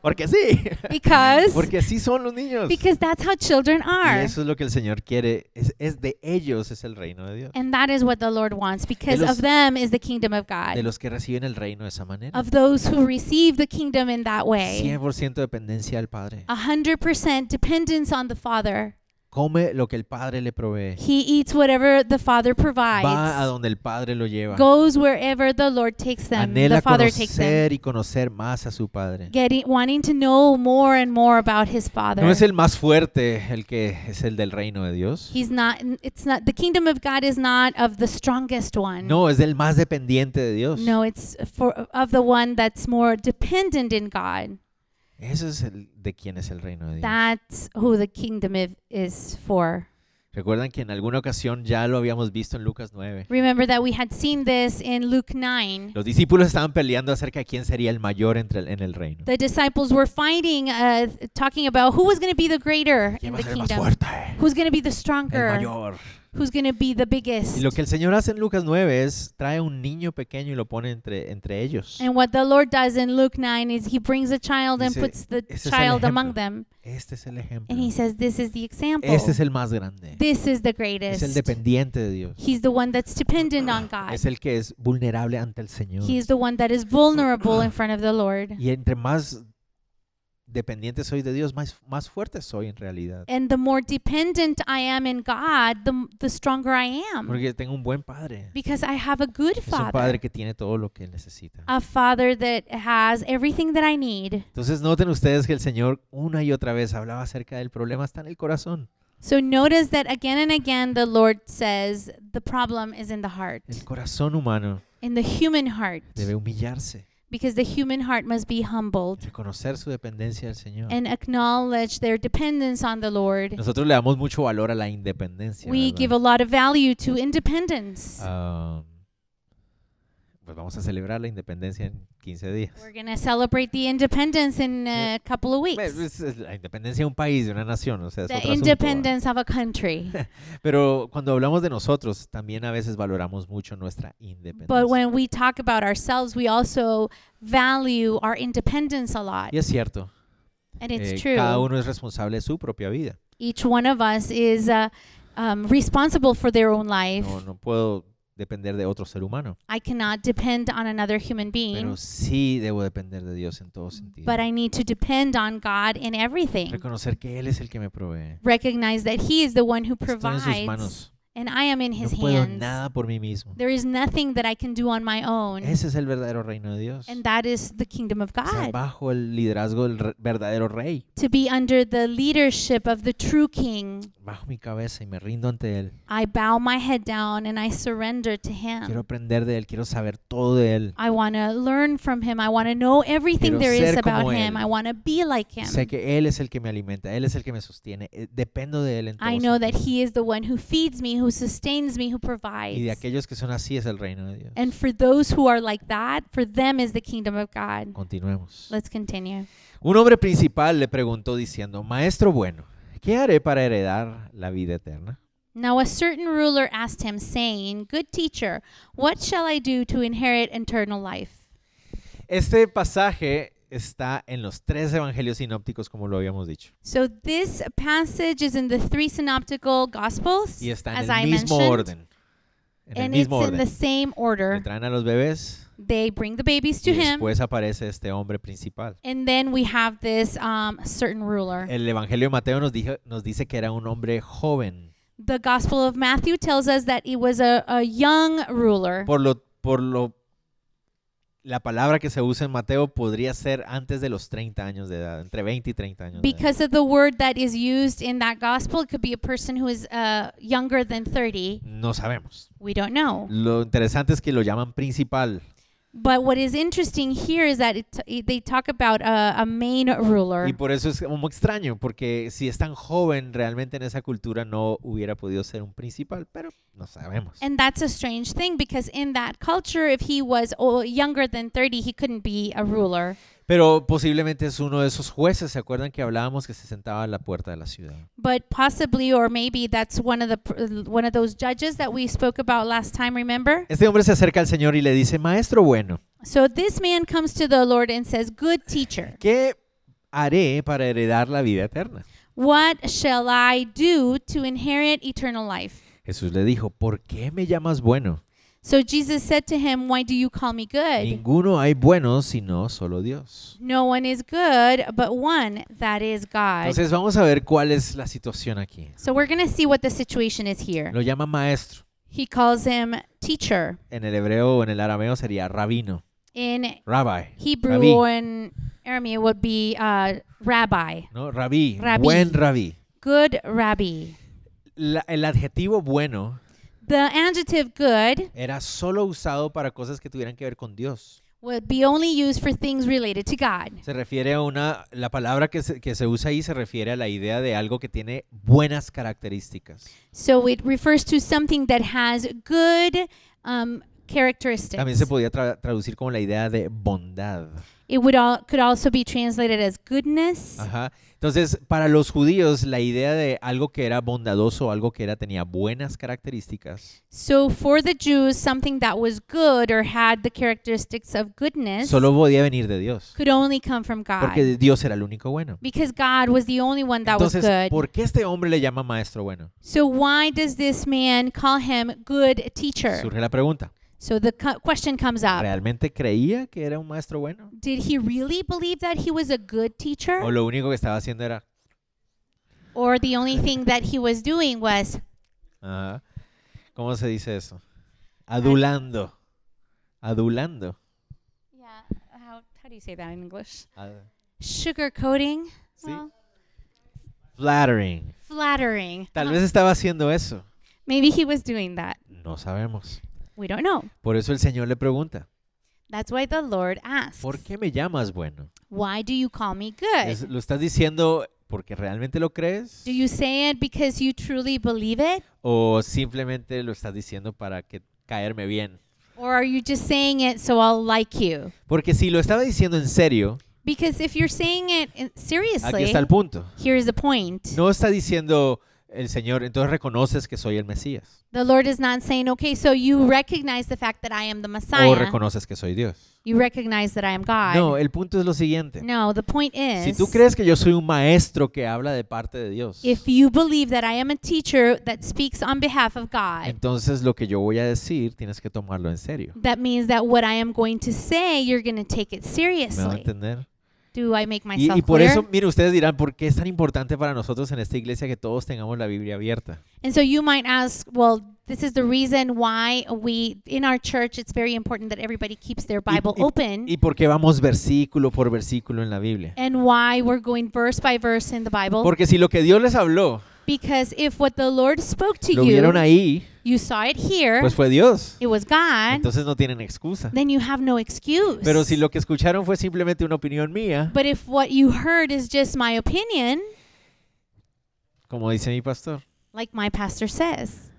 Speaker 1: Porque sí.
Speaker 2: Because
Speaker 1: Porque así son los niños. Y
Speaker 2: because that's how children are.
Speaker 1: eso es lo que el Señor quiere. Es, es de ellos es el reino de Dios.
Speaker 2: And that is what the Lord wants because
Speaker 1: los-
Speaker 2: of them is the kingdom of
Speaker 1: De
Speaker 2: God.
Speaker 1: los que reciben el reino de esa manera.
Speaker 2: Of those who receive the kingdom in that way.
Speaker 1: 100% dependencia del Padre.
Speaker 2: a 100% dependence on the Father.
Speaker 1: Come lo que el Padre le provee.
Speaker 2: He eats whatever the Father
Speaker 1: Va a
Speaker 2: provides.
Speaker 1: donde el Padre lo lleva.
Speaker 2: Goes wherever the Lord takes them. The
Speaker 1: Anhela
Speaker 2: Father takes them.
Speaker 1: conocer y conocer más a su Padre.
Speaker 2: Getting wanting to know more and more about his Father.
Speaker 1: No es el más fuerte el que es el del reino de Dios.
Speaker 2: He's not it's not the kingdom of God is not of the strongest one.
Speaker 1: No, es el más dependiente de Dios.
Speaker 2: No, it's for of the one that's more dependent in God.
Speaker 1: Eso es el de quién es el reino de Dios.
Speaker 2: That's who the kingdom i- is for.
Speaker 1: Recuerdan que en alguna ocasión ya lo habíamos visto en Lucas 9.
Speaker 2: Remember that we had seen this in Luke 9.
Speaker 1: Los discípulos estaban peleando acerca de quién sería el mayor entre el- en el reino.
Speaker 2: The disciples were fighting, uh, talking about who was going to be the greater in
Speaker 1: ¿Quién va
Speaker 2: the
Speaker 1: a ser el más
Speaker 2: kingdom.
Speaker 1: fuerte?
Speaker 2: Who's going to be the
Speaker 1: El
Speaker 2: stronger?
Speaker 1: mayor.
Speaker 2: who's going to be the biggest.
Speaker 1: Y lo que el Señor hace en Lucas 9 es trae un niño pequeño y lo pone entre, entre ellos.
Speaker 2: And what the Lord does in Luke 9 is he brings a child and
Speaker 1: Dice,
Speaker 2: puts the
Speaker 1: "Ese es el
Speaker 2: child among
Speaker 1: ejemplo."
Speaker 2: them.
Speaker 1: Este es el ejemplo.
Speaker 2: And he says, This is the example.
Speaker 1: Este es el más grande.
Speaker 2: this is the
Speaker 1: Es
Speaker 2: greatest.
Speaker 1: el dependiente de Dios.
Speaker 2: He's the one that's dependent
Speaker 1: *clears throat*
Speaker 2: on God.
Speaker 1: Es el que es vulnerable ante el Señor.
Speaker 2: He's the one that is vulnerable in front of the Lord.
Speaker 1: Y entre más dependiente soy de Dios, más, más fuerte soy en realidad.
Speaker 2: And the more dependent I am in God, the, m- the stronger I am.
Speaker 1: Porque tengo un buen padre.
Speaker 2: Because I have a good
Speaker 1: Es un padre
Speaker 2: father,
Speaker 1: que tiene todo lo que él necesita.
Speaker 2: a father that has everything that I need.
Speaker 1: Entonces noten ustedes que el Señor una y otra vez hablaba acerca del problema está en el corazón.
Speaker 2: So notice that again and again the Lord says the problem is in the heart,
Speaker 1: El corazón humano
Speaker 2: in the human heart,
Speaker 1: debe humillarse,
Speaker 2: because the human heart must be humbled
Speaker 1: reconocer su dependencia del Señor.
Speaker 2: and acknowledge their dependence on the Lord.
Speaker 1: Nosotros le damos mucho valor a la independencia.
Speaker 2: We
Speaker 1: ¿verdad?
Speaker 2: give a lot of value to independence.
Speaker 1: Ah, pues vamos a celebrar la independencia en 15 días.
Speaker 2: We're going to celebrate the independence in
Speaker 1: Yeah.
Speaker 2: a couple of
Speaker 1: Pues,
Speaker 2: weeks.
Speaker 1: es- es la independencia de un país, de una nación, o sea, es
Speaker 2: The
Speaker 1: otro asunto, ¿verdad?
Speaker 2: independence of
Speaker 1: *laughs*
Speaker 2: a country.
Speaker 1: Pero cuando hablamos de nosotros, también a veces valoramos mucho nuestra
Speaker 2: But
Speaker 1: independencia.
Speaker 2: when we talk about ourselves, we also value our independence a lot.
Speaker 1: Y es cierto,
Speaker 2: And it's
Speaker 1: eh, cada
Speaker 2: true.
Speaker 1: uno es responsable de su propia vida.
Speaker 2: Each one of us is uh, um, responsible for their own life.
Speaker 1: No, no puedo depender de otro ser humano,
Speaker 2: I cannot depend on another human being,
Speaker 1: pero sí debo depender de Dios en todo sentido.
Speaker 2: but I need to depend on God in everything.
Speaker 1: Reconocer que Él es el que me provee.
Speaker 2: Recognize that He is the one who
Speaker 1: Estoy en sus
Speaker 2: provides,
Speaker 1: manos.
Speaker 2: and I am in
Speaker 1: No
Speaker 2: His
Speaker 1: puedo
Speaker 2: hands.
Speaker 1: nada por mí mismo.
Speaker 2: There is nothing that I can do on my own,
Speaker 1: Ese es el verdadero reino de Dios.
Speaker 2: and that is the kingdom of
Speaker 1: Estar
Speaker 2: God.
Speaker 1: bajo el liderazgo del re- verdadero rey.
Speaker 2: To be under the leadership of the true King,
Speaker 1: Bajo mi cabeza y me rindo ante Él.
Speaker 2: I bow my head down and I surrender to
Speaker 1: Quiero
Speaker 2: Him.
Speaker 1: aprender de Él, quiero saber todo de Él.
Speaker 2: I want to learn from Him. I want to know everything
Speaker 1: Quiero
Speaker 2: there is
Speaker 1: ser
Speaker 2: about
Speaker 1: como
Speaker 2: Him.
Speaker 1: él.
Speaker 2: I want to be like Him.
Speaker 1: Sé que Él es el que me alimenta, Él es el que me sostiene, eh, dependo de Él en todo
Speaker 2: I know that
Speaker 1: sentido.
Speaker 2: He is the one who feeds me, who sustains me, who
Speaker 1: Y de
Speaker 2: provides.
Speaker 1: aquellos que son así es el reino de Dios.
Speaker 2: And for those who are like that, for them is the kingdom of God.
Speaker 1: Continuemos.
Speaker 2: Let's continue.
Speaker 1: Un hombre principal le preguntó diciendo, Maestro bueno, ¿qué haré para heredar la vida eterna?
Speaker 2: Now a certain ruler asked him, saying, Good teacher, what shall I do to inherit eternal life?
Speaker 1: Este pasaje está en los tres evangelios sinópticos, como lo habíamos dicho.
Speaker 2: So this passage is in the three synoptical gospels,
Speaker 1: Y está
Speaker 2: as
Speaker 1: en
Speaker 2: I
Speaker 1: el mismo
Speaker 2: mentioned,
Speaker 1: orden. En el
Speaker 2: and it's
Speaker 1: mismo
Speaker 2: in the
Speaker 1: orden.
Speaker 2: same
Speaker 1: Le
Speaker 2: order.
Speaker 1: traen a los bebés
Speaker 2: They bring the babies
Speaker 1: y
Speaker 2: to him,
Speaker 1: después aparece este hombre principal.
Speaker 2: and then we have this um, certain ruler.
Speaker 1: El evangelio de Mateo nos, dijo- nos dice que era un hombre joven.
Speaker 2: The Gospel of Matthew tells us that it was a, a young ruler.
Speaker 1: Por lo, por lo, la palabra que se usa en Mateo podría ser antes de los 30 años de edad, entre 20 y 30 años. de edad.
Speaker 2: Because of the word that is used in that gospel, it could be a person who is uh, younger than 30.
Speaker 1: No sabemos.
Speaker 2: We don't know.
Speaker 1: Lo interesante es que lo llaman principal
Speaker 2: But what is interesting here is that it, it- they talk about a, a main ruler.
Speaker 1: y por eso es como extraño, porque si es tan joven realmente en esa cultura no hubiera podido ser un principal, pero no sabemos.
Speaker 2: And that's a strange thing because in that culture, if he was o- younger than 30, he couldn't be a ruler.
Speaker 1: Pero posiblemente es uno de esos jueces, ¿se acuerdan que hablábamos que se sentaba a la puerta de la ciudad?
Speaker 2: But possibly, or maybe that's one of the pr- one of those judges that we spoke about last time. Remember?
Speaker 1: Este hombre se acerca al Señor y le dice, Maestro bueno,
Speaker 2: So this man comes to the Lord and says, Good teacher,
Speaker 1: ¿qué haré para heredar la vida eterna?
Speaker 2: what shall I do to inherit eternal life?
Speaker 1: Jesús le dijo, ¿por qué me llamas bueno?
Speaker 2: So Jesus said to him, Why do you call me good?
Speaker 1: Ninguno hay bueno sino solo Dios.
Speaker 2: No one is good but one, that is God.
Speaker 1: Entonces vamos a ver cuál es la situación aquí.
Speaker 2: So we're going to see what the situation is here.
Speaker 1: Lo llama maestro.
Speaker 2: He calls him teacher
Speaker 1: En el hebreo o en el arameo sería rabino,
Speaker 2: in
Speaker 1: rabbi.
Speaker 2: Hebrew
Speaker 1: Rabbi.
Speaker 2: or in Aramaic it would be uh, rabbi,
Speaker 1: ¿no? Rabí,
Speaker 2: Rabí.
Speaker 1: buen rabí.
Speaker 2: good rabbi.
Speaker 1: La- el adjetivo bueno
Speaker 2: The adjective good
Speaker 1: era solo usado para cosas que tuvieran que ver con Dios.
Speaker 2: would be only used for things related to God.
Speaker 1: Se refiere a una, la palabra que se, que se usa ahí se refiere a la idea de algo que tiene buenas características.
Speaker 2: So it refers to something that has good um, characteristics.
Speaker 1: También se podía tra- traducir como la idea de bondad.
Speaker 2: It would all, could also be translated as goodness.
Speaker 1: Ajá. Entonces, para los judíos, la idea de algo que era bondadoso, algo que era tenía buenas características,
Speaker 2: So for the Jews, something that was good or had the characteristics of goodness
Speaker 1: solo podía venir de Dios,
Speaker 2: could only come from God.
Speaker 1: porque Dios era el único bueno.
Speaker 2: Because God was the only one that was
Speaker 1: Entonces,
Speaker 2: good.
Speaker 1: ¿por qué este hombre le llama maestro bueno?
Speaker 2: So why does this man call him good teacher?
Speaker 1: Surge la pregunta.
Speaker 2: So the co- question comes up.
Speaker 1: ¿Realmente creía que era un maestro bueno?
Speaker 2: Did he really believe that he was a good
Speaker 1: ¿O
Speaker 2: teacher?
Speaker 1: lo único que estaba haciendo era...
Speaker 2: Or the only thing that he was doing was
Speaker 1: Ajá. ah, ¿Cómo se dice eso?
Speaker 2: Ah.
Speaker 1: Adulando. Adulando.
Speaker 2: Yeah, how, how do you say that in English?
Speaker 1: Ad-
Speaker 2: Sugarcoating?
Speaker 1: Ah, Sí.
Speaker 2: Well,
Speaker 1: Flattering.
Speaker 2: flattering.
Speaker 1: Tal
Speaker 2: Huh.
Speaker 1: vez estaba haciendo eso.
Speaker 2: Maybe he was doing that.
Speaker 1: No sabemos.
Speaker 2: We don't know.
Speaker 1: Por eso el Señor le pregunta,
Speaker 2: That's why the Lord asks,
Speaker 1: ¿por qué me llamas bueno?
Speaker 2: Why do you call me good?
Speaker 1: Es- ¿Lo estás diciendo porque realmente lo crees?
Speaker 2: do you say it because you truly believe it?
Speaker 1: ¿O simplemente lo estás diciendo para que caerme bien?
Speaker 2: Or are you just saying it so I'll like you?
Speaker 1: Porque si lo estaba diciendo en serio,
Speaker 2: Because if you're saying it in-
Speaker 1: aquí
Speaker 2: seriously,
Speaker 1: está el punto.
Speaker 2: here's the point.
Speaker 1: No está diciendo el Señor, entonces reconoces que soy el Mesías.
Speaker 2: The Lord is not saying, okay, so you recognize the fact that I am the
Speaker 1: O
Speaker 2: Messiah.
Speaker 1: reconoces que soy Dios.
Speaker 2: You recognize that I am God.
Speaker 1: No, el punto es lo siguiente.
Speaker 2: No, the point is,
Speaker 1: Si tú crees que yo soy un maestro que habla de parte de Dios,
Speaker 2: if you believe that I am a teacher that speaks on behalf of God,
Speaker 1: entonces lo que yo voy a decir tienes que tomarlo en serio.
Speaker 2: that means that what I am going to say, you're going to take it
Speaker 1: ¿Me va a
Speaker 2: seriously.
Speaker 1: entender?
Speaker 2: Do I make
Speaker 1: Y,
Speaker 2: myself
Speaker 1: y por
Speaker 2: clear?
Speaker 1: eso, mire, ustedes dirán, ¿por qué es tan importante para nosotros en esta iglesia que todos tengamos la Biblia abierta?
Speaker 2: and so you might ask, well, this is the reason why we, in our church, it's very important that everybody keeps their Bible
Speaker 1: y-
Speaker 2: open
Speaker 1: ¿Y por qué vamos versículo por versículo en la Biblia?
Speaker 2: Mm. and why we're going verse by verse in the Bible.
Speaker 1: Porque si lo que Dios les habló
Speaker 2: because if what the Lord spoke to
Speaker 1: lo
Speaker 2: you,
Speaker 1: vieron ahí,
Speaker 2: you saw it here,
Speaker 1: pues fue Dios.
Speaker 2: it was God,
Speaker 1: Entonces no tienen excusa.
Speaker 2: then you have no excuse.
Speaker 1: Pero si lo que escucharon fue simplemente una opinión mía,
Speaker 2: But if what you heard is just my opinion,
Speaker 1: como dice mi pastor,
Speaker 2: like my pastor says,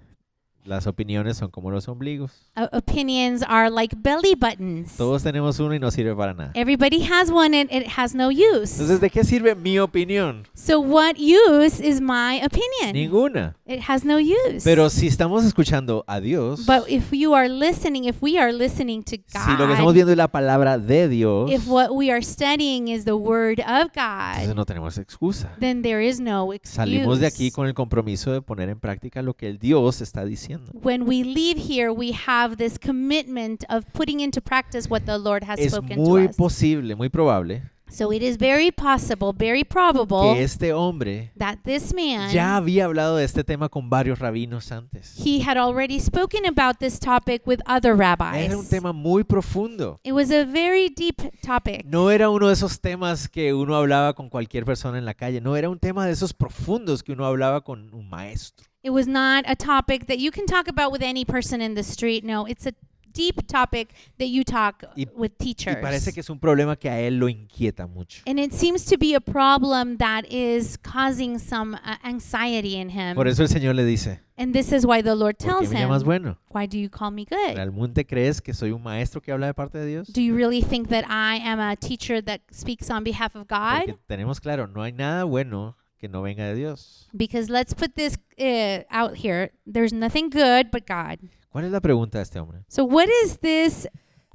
Speaker 1: las opiniones son como los ombligos.
Speaker 2: uh, opinions are like belly buttons.
Speaker 1: Todos tenemos uno y no sirve para nada.
Speaker 2: Everybody has one and it has no use.
Speaker 1: Entonces, ¿de qué sirve mi opinión?
Speaker 2: So, what use is my opinion?
Speaker 1: Ninguna.
Speaker 2: It has no use.
Speaker 1: Pero si estamos escuchando a Dios,
Speaker 2: But if you are listening, if we are listening to
Speaker 1: si lo que estamos
Speaker 2: God,
Speaker 1: viendo es la palabra de Dios,
Speaker 2: if what we are studying is the Word of
Speaker 1: entonces
Speaker 2: God,
Speaker 1: no tenemos excusa.
Speaker 2: then there is no
Speaker 1: Salimos de aquí
Speaker 2: excuse.
Speaker 1: con el compromiso de poner en práctica lo que el Dios está diciendo.
Speaker 2: When we leave here, we have this commitment of putting into practice what the Lord has
Speaker 1: Es
Speaker 2: spoken to
Speaker 1: muy
Speaker 2: us.
Speaker 1: posible, muy probable
Speaker 2: So it is very possible, very probable
Speaker 1: que este hombre
Speaker 2: that this man
Speaker 1: ya había hablado de este tema con varios rabinos antes.
Speaker 2: he had already spoken about this topic with other rabbis.
Speaker 1: Era un tema muy profundo.
Speaker 2: It was a very deep topic.
Speaker 1: No era uno de esos temas que uno hablaba con cualquier persona en la calle. No era un tema de esos profundos que uno hablaba con un maestro.
Speaker 2: It was not a topic that you can talk about with any person in the street. No, it's a deep topic that you talk
Speaker 1: Y-
Speaker 2: with
Speaker 1: Y
Speaker 2: teachers.
Speaker 1: parece que es un problema que a él lo inquieta mucho.
Speaker 2: and it seems to be a problem that is causing some uh, anxiety in him.
Speaker 1: Por eso el Señor le dice,
Speaker 2: and this is why the Lord
Speaker 1: ¿por qué me
Speaker 2: tells Em, him, eh,
Speaker 1: llamas bueno?
Speaker 2: Why do you call me good?
Speaker 1: ¿Realmente crees que soy un maestro que habla de parte de Dios?
Speaker 2: Do you really think that I am a teacher that speaks on behalf of God?
Speaker 1: Porque tenemos claro, no hay nada bueno que no venga de Dios.
Speaker 2: Because let's put this uh, out here. There's nothing good but God.
Speaker 1: ¿Cuál es la pregunta de este hombre?
Speaker 2: So, what is this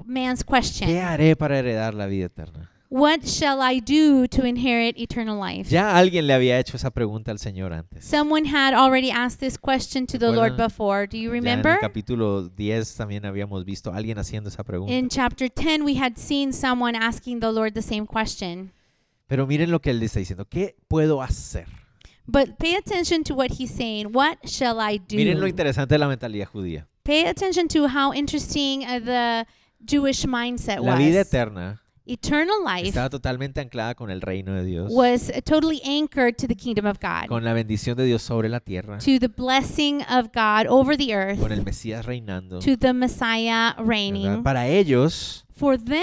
Speaker 2: man's
Speaker 1: ¿Qué
Speaker 2: question?
Speaker 1: haré para heredar la vida eterna?
Speaker 2: What shall I do to inherit eternal life?
Speaker 1: Ya alguien le había hecho esa pregunta al Señor antes.
Speaker 2: Someone had already asked this question to the Lord
Speaker 1: Recuerdan?
Speaker 2: before. Do you
Speaker 1: Ya en
Speaker 2: remember?
Speaker 1: el capítulo 10 también habíamos visto a alguien haciendo esa
Speaker 2: In
Speaker 1: pregunta.
Speaker 2: chapter 10, we had seen someone asking the Lord the same question.
Speaker 1: Pero miren lo que él le está diciendo. ¿Qué puedo hacer?
Speaker 2: But pay attention to what he's saying. What shall I
Speaker 1: Miren lo
Speaker 2: do?
Speaker 1: interesante de la mentalidad judía.
Speaker 2: Pay attention to how interesting uh, the Jewish mindset
Speaker 1: La vida
Speaker 2: was.
Speaker 1: eterna
Speaker 2: Eternal life
Speaker 1: estaba totalmente anclada con el reino de Dios,
Speaker 2: was totally anchored to the kingdom of God,
Speaker 1: con la bendición de Dios sobre la tierra,
Speaker 2: to the blessing of God over the
Speaker 1: con
Speaker 2: earth,
Speaker 1: el Mesías reinando.
Speaker 2: to the Messiah reigning.
Speaker 1: ¿verdad? Para ellos,
Speaker 2: For them,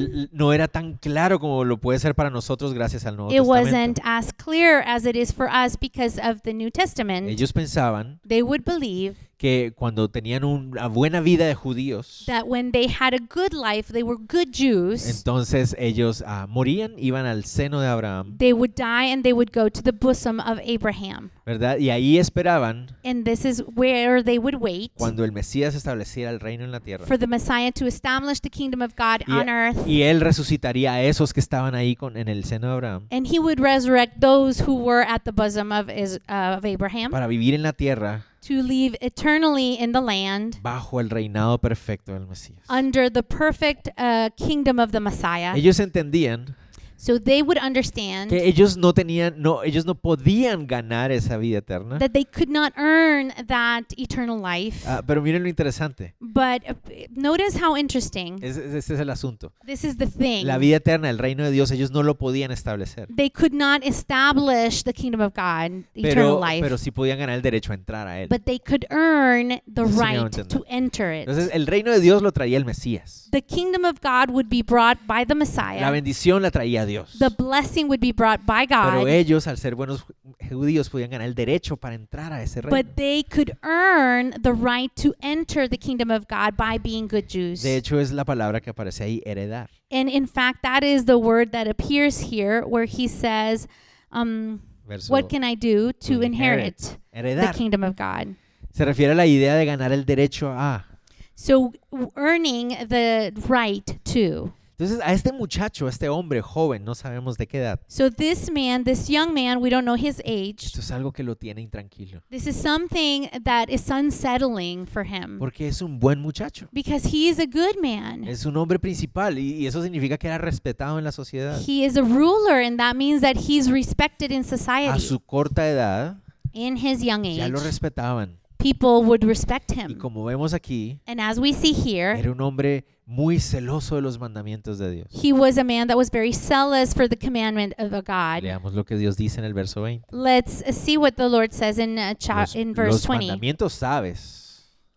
Speaker 1: L- No era tan claro como lo puede ser para nosotros gracias al Nuevo
Speaker 2: it
Speaker 1: Testamento.
Speaker 2: wasn't as clear as it is for us because of the New Testament.
Speaker 1: Ellos pensaban
Speaker 2: They would believe
Speaker 1: que cuando tenían una buena vida de judíos,
Speaker 2: that when they had a good life, they were good Jews,
Speaker 1: entonces ellos ah, morían, iban al seno de Abraham,
Speaker 2: they would die and they would go to the bosom of Abraham.
Speaker 1: ¿verdad? Y ahí esperaban
Speaker 2: And this is where they would wait
Speaker 1: cuando el Mesías estableciera el reino en la tierra.
Speaker 2: for the Messiah to establish the kingdom of God on earth.
Speaker 1: Y él resucitaría a esos que estaban ahí con, en el seno de Abraham
Speaker 2: And he would resurrect those who were at the bosom of, Is- uh, of Abraham
Speaker 1: para vivir en la tierra
Speaker 2: to live eternally in the land
Speaker 1: bajo el reinado perfecto del Mesías.
Speaker 2: under the perfect uh, kingdom of the Messiah.
Speaker 1: Ellos entendían
Speaker 2: So they would understand
Speaker 1: que ellos no tenían, no, ellos no podían ganar esa vida eterna.
Speaker 2: that they could not earn that eternal life.
Speaker 1: Ah, pero miren lo interesante.
Speaker 2: But uh, notice how interesting
Speaker 1: Es- es- este es el asunto.
Speaker 2: this is the
Speaker 1: Eh, La
Speaker 2: thing.
Speaker 1: vida eterna, el reino de Dios, ellos no lo podían establecer.
Speaker 2: They could not establish the kingdom of God, eternal
Speaker 1: Pero, pero
Speaker 2: life,
Speaker 1: sí podían ganar el derecho a entrar a él.
Speaker 2: but they could earn
Speaker 1: Sí me
Speaker 2: the
Speaker 1: hago
Speaker 2: right
Speaker 1: entender.
Speaker 2: to enter it.
Speaker 1: Entonces, el reino de Dios lo traía el Mesías.
Speaker 2: The kingdom of God would be brought by the
Speaker 1: La
Speaker 2: Messiah.
Speaker 1: bendición la traía Dios.
Speaker 2: The blessing would be brought by
Speaker 1: Pero
Speaker 2: God,
Speaker 1: ellos, al ser buenos ju- judíos, podían ganar el derecho para entrar a ese reino.
Speaker 2: but they could earn the right to enter the kingdom of God by being good Jews.
Speaker 1: De hecho, es la palabra que aparece ahí, heredar.
Speaker 2: And in fact, that is the word that appears here where he says, um,
Speaker 1: Verso
Speaker 2: What can I do to inherit the
Speaker 1: Heredar.
Speaker 2: kingdom of God?
Speaker 1: Se refiere a la idea de ganar el derecho a.
Speaker 2: So, w- earning the right to.
Speaker 1: Entonces, a este muchacho, a este hombre joven, no sabemos de qué edad,
Speaker 2: So, this man, this young man, we don't know his age.
Speaker 1: esto es algo que lo tiene intranquilo.
Speaker 2: This is something that is unsettling for him
Speaker 1: Porque es un buen muchacho.
Speaker 2: because he is a good man.
Speaker 1: Es un hombre principal y y eso significa que era respetado en la sociedad.
Speaker 2: He is a ruler, and that means that he's respected in
Speaker 1: A
Speaker 2: society.
Speaker 1: su corta edad
Speaker 2: In his young
Speaker 1: ya
Speaker 2: age,
Speaker 1: lo respetaban.
Speaker 2: people would respect
Speaker 1: Y
Speaker 2: him.
Speaker 1: como vemos aquí,
Speaker 2: And as we see here,
Speaker 1: era un hombre muy celoso de los mandamientos de Dios.
Speaker 2: He was a man that was very zealous for the commandment of a God.
Speaker 1: Leamos lo que Dios dice en el verso 20.
Speaker 2: Let's uh, see what the Lord says in uh, cha-
Speaker 1: Los,
Speaker 2: in verse
Speaker 1: los
Speaker 2: 20.
Speaker 1: mandamientos sabes.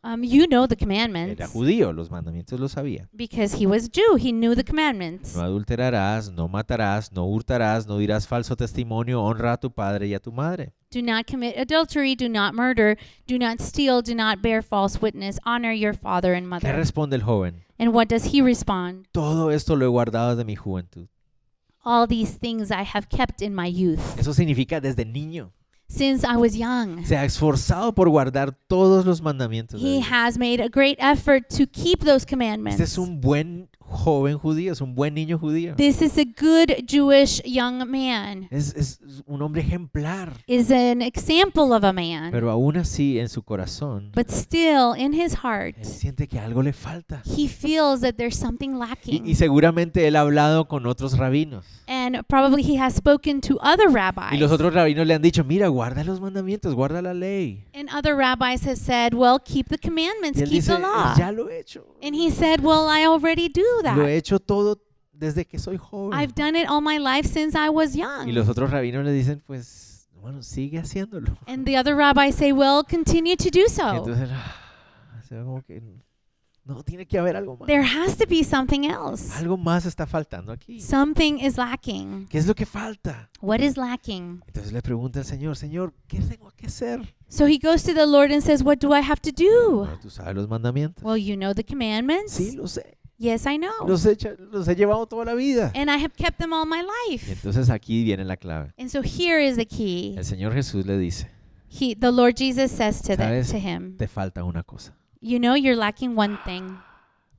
Speaker 2: Um, you know the
Speaker 1: Era
Speaker 2: commandments
Speaker 1: judío, los mandamientos lo sabía.
Speaker 2: because he was Jew. He knew the commandments.
Speaker 1: No adulterarás, no matarás, no hurtarás, no dirás falso testimonio, honra a tu padre y a tu madre.
Speaker 2: Do not commit adultery. Do not murder. Do not steal. Do not bear false witness. Honor your father and
Speaker 1: ¿Qué
Speaker 2: mother.
Speaker 1: responde el joven?
Speaker 2: And what does he respond?
Speaker 1: Todo esto lo he guardado desde mi juventud.
Speaker 2: All these things I have kept in my youth
Speaker 1: Eso significa desde niño.
Speaker 2: since I was young.
Speaker 1: Se ha esforzado por guardar todos los mandamientos. de
Speaker 2: He
Speaker 1: Dios.
Speaker 2: has made a great effort to keep those
Speaker 1: Este
Speaker 2: commandments.
Speaker 1: es un buen joven judío, es un buen niño judío.
Speaker 2: This is a good Jewish young man.
Speaker 1: Es, es un hombre ejemplar.
Speaker 2: Is an example of a man.
Speaker 1: Pero aún así, en su corazón,
Speaker 2: But still in his
Speaker 1: él
Speaker 2: heart
Speaker 1: siente que algo le falta.
Speaker 2: he feels that there's something
Speaker 1: Y, y
Speaker 2: lacking.
Speaker 1: seguramente él ha hablado con otros rabinos.
Speaker 2: And probably he has spoken to other
Speaker 1: Y los
Speaker 2: rabbis.
Speaker 1: otros rabinos le han dicho, mira, guarda los mandamientos, guarda la ley.
Speaker 2: And other rabbis have said, well, keep the
Speaker 1: Y
Speaker 2: commandments,
Speaker 1: él
Speaker 2: keep
Speaker 1: dice,
Speaker 2: the law.
Speaker 1: ya lo he hecho.
Speaker 2: And he said, well, I already do
Speaker 1: Lo he
Speaker 2: that.
Speaker 1: hecho todo desde que soy joven.
Speaker 2: I've done it all my life since I was
Speaker 1: Y
Speaker 2: young.
Speaker 1: los otros rabinos le dicen, pues, bueno, sigue haciéndolo.
Speaker 2: And the other rabbis say, well, continue to do
Speaker 1: Y
Speaker 2: so.
Speaker 1: entonces, ah, se ve como que, no, tiene que haber algo más.
Speaker 2: There has to be something else.
Speaker 1: Algo más está faltando aquí.
Speaker 2: Something is lacking.
Speaker 1: ¿Qué es lo que falta?
Speaker 2: What is lacking?
Speaker 1: Entonces le pregunta al Señor, Señor, ¿qué tengo que hacer?
Speaker 2: So he goes to the Lord and says, What do I have to do?
Speaker 1: Bueno, tú sabes los mandamientos.
Speaker 2: Well, you know the commandments.
Speaker 1: Sí, lo sé.
Speaker 2: Yes, I know.
Speaker 1: Los he, hecho- los he llevado toda la vida.
Speaker 2: And I have kept them all my
Speaker 1: Y
Speaker 2: life.
Speaker 1: entonces aquí viene la clave.
Speaker 2: And so here is the key.
Speaker 1: El Señor Jesús le dice,
Speaker 2: He, the Lord Jesus says to, the,
Speaker 1: ¿Sabes?
Speaker 2: to him,
Speaker 1: te falta una cosa.
Speaker 2: You know, you're lacking one thing.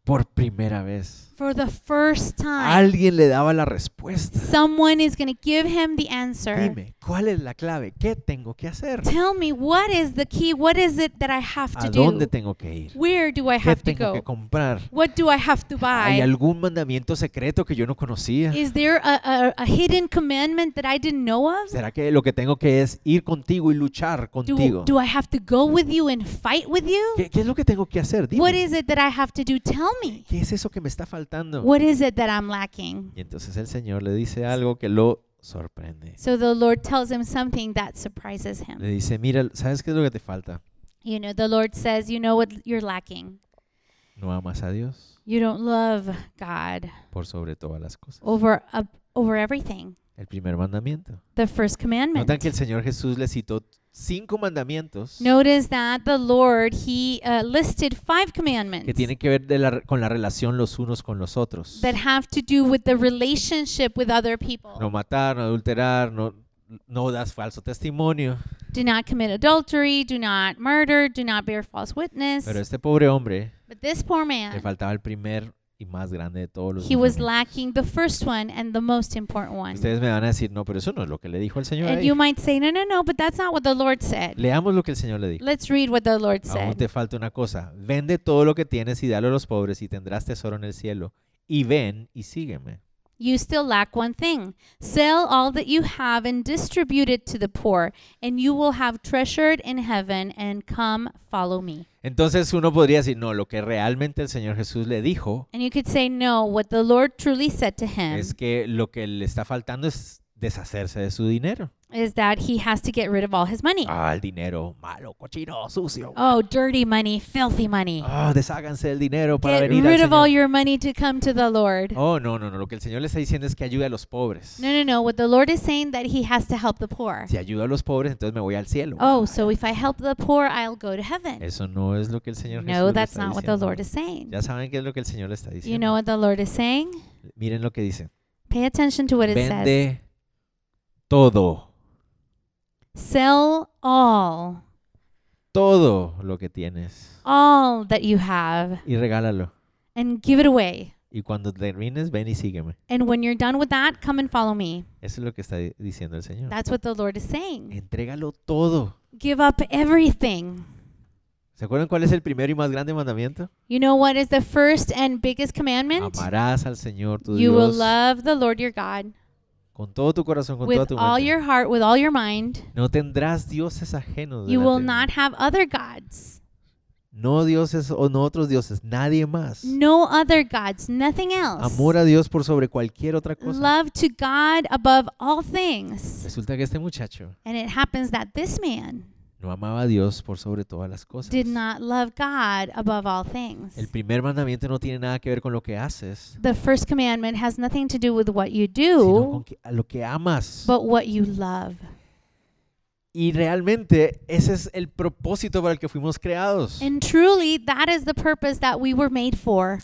Speaker 1: Por primera vez,
Speaker 2: For the first time,
Speaker 1: alguien le daba la respuesta.
Speaker 2: someone is going to give him the answer.
Speaker 1: Dime, ¿cuál es la clave? ¿Qué tengo que hacer?
Speaker 2: Tell me, what is the key? What is it that I have
Speaker 1: ¿A
Speaker 2: to
Speaker 1: dónde
Speaker 2: do?
Speaker 1: tengo que ir?
Speaker 2: Where do I
Speaker 1: ¿Qué
Speaker 2: have to
Speaker 1: tengo que
Speaker 2: go?
Speaker 1: comprar?
Speaker 2: What do I have to
Speaker 1: ¿Hay
Speaker 2: buy?
Speaker 1: algún mandamiento secreto que yo no conocía?
Speaker 2: Is there a, a, a hidden commandment that I didn't know of?
Speaker 1: ¿Será que lo que tengo que es ir contigo y luchar
Speaker 2: Do,
Speaker 1: contigo?
Speaker 2: do I have to go with you and fight with you?
Speaker 1: ¿Qué, qué es lo que tengo que hacer? Dime.
Speaker 2: What is it that I have to do? Tell me.
Speaker 1: ¿Qué es eso que me está faltando?
Speaker 2: What is it that I'm lacking?
Speaker 1: Y entonces el Señor le dice algo que lo sorprende.
Speaker 2: So the Lord tells him something that surprises
Speaker 1: Le
Speaker 2: him.
Speaker 1: dice, mira, ¿sabes qué es lo que te falta?
Speaker 2: You know, the Lord says, You know what you're lacking.
Speaker 1: No amas a Dios
Speaker 2: You don't love God
Speaker 1: por sobre todas las cosas.
Speaker 2: over ab- over everything.
Speaker 1: El primer mandamiento.
Speaker 2: The first commandment.
Speaker 1: Notan que el Señor Jesús le citó cinco mandamientos
Speaker 2: Notice that the Lord he uh, listed five commandments
Speaker 1: que tienen que ver de la- con la relación los unos con los otros.
Speaker 2: that have to do with the relationship with other people.
Speaker 1: No matar, no adulterar, no, no das falso testimonio.
Speaker 2: Do not commit adultery. Do not murder. Do not bear false witness.
Speaker 1: Pero este pobre hombre
Speaker 2: But this poor
Speaker 1: le
Speaker 2: man,
Speaker 1: faltaba el primer y más grande de todos los
Speaker 2: he was
Speaker 1: mandamientos.
Speaker 2: lacking the first one and the most important one.
Speaker 1: Ustedes me van a decir, no, pero eso no es lo que le dijo el Señor.
Speaker 2: And
Speaker 1: ahí".
Speaker 2: you might say, no, no, no, but that's not what the Lord said.
Speaker 1: Leamos lo que el Señor le dijo.
Speaker 2: Let's read what the Lord
Speaker 1: Aún
Speaker 2: said.
Speaker 1: te falta una cosa. Vende todo lo que tienes y dalo a los pobres y tendrás tesoro en el cielo. Y ven y sígueme.
Speaker 2: You still lack one thing. Sell all that you have and distribute it to the poor, and you will have treasured in heaven, and come follow me.
Speaker 1: Entonces uno podría decir, no, lo que realmente el Señor Jesús le dijo
Speaker 2: And you could say, no, what the Lord truly said to him
Speaker 1: es que lo que le está faltando es deshacerse de su dinero.
Speaker 2: is that he has to get rid of all his money.
Speaker 1: Ah, el dinero malo, cochino, sucio.
Speaker 2: Oh, dirty money, filthy money.
Speaker 1: Ah, desháganse del dinero para
Speaker 2: Get
Speaker 1: venir al
Speaker 2: rid of all
Speaker 1: Señor.
Speaker 2: your money to come to the *laughs* Lord.
Speaker 1: Oh, no, no, no. Lo que el Señor le está diciendo es que ayude a los pobres.
Speaker 2: No, no, no. What the Lord is saying that he has to help the poor.
Speaker 1: Si ayudo a los pobres, entonces me voy al cielo.
Speaker 2: Oh, so if I help the poor, I'll go to heaven.
Speaker 1: Eso no es lo que el Señor Jesús
Speaker 2: No,
Speaker 1: le
Speaker 2: that's
Speaker 1: está
Speaker 2: not what the
Speaker 1: diciendo.
Speaker 2: Lord is saying.
Speaker 1: Ya saben qué es lo que el Señor le está
Speaker 2: You know
Speaker 1: diciendo.
Speaker 2: what the Lord is saying?
Speaker 1: Miren lo que dice.
Speaker 2: Pay attention to what it says.
Speaker 1: Vende todo,
Speaker 2: Sell all,
Speaker 1: todo lo que tienes
Speaker 2: all that you have,
Speaker 1: y regálalo.
Speaker 2: and give it away.
Speaker 1: Y cuando termines, ven y sígueme.
Speaker 2: And when you're done with that, come and follow me.
Speaker 1: Eso es lo que está di- diciendo el Señor.
Speaker 2: That's what the Lord is saying.
Speaker 1: Entrégalo todo.
Speaker 2: Give up everything.
Speaker 1: ¿Se acuerdan cuál es el primero y más grande mandamiento?
Speaker 2: You know what is the first and biggest commandment?
Speaker 1: Amarás al Señor tu
Speaker 2: You will
Speaker 1: Dios
Speaker 2: love the Lord your God
Speaker 1: con todo tu corazón, con toda
Speaker 2: with
Speaker 1: tu
Speaker 2: all
Speaker 1: mente.
Speaker 2: your heart, with all your mind.
Speaker 1: No tendrás dioses ajenos.
Speaker 2: You
Speaker 1: delante
Speaker 2: will
Speaker 1: de mí.
Speaker 2: not have other gods.
Speaker 1: No dioses o no otros dioses, nadie más.
Speaker 2: No other gods, nothing else.
Speaker 1: Amor a Dios por sobre cualquier otra cosa.
Speaker 2: Love to God above all things.
Speaker 1: Resulta que este muchacho
Speaker 2: And it happens that this man
Speaker 1: no amaba a Dios por sobre todas las cosas.
Speaker 2: did not love God above all things.
Speaker 1: El primer mandamiento no tiene nada que ver con lo que haces,
Speaker 2: The first commandment has nothing to do with what you
Speaker 1: sino con
Speaker 2: do,
Speaker 1: que- a lo que amas.
Speaker 2: but what you love.
Speaker 1: Y realmente ese es el propósito para el que fuimos creados.
Speaker 2: And truly, that is the purpose that we were made for.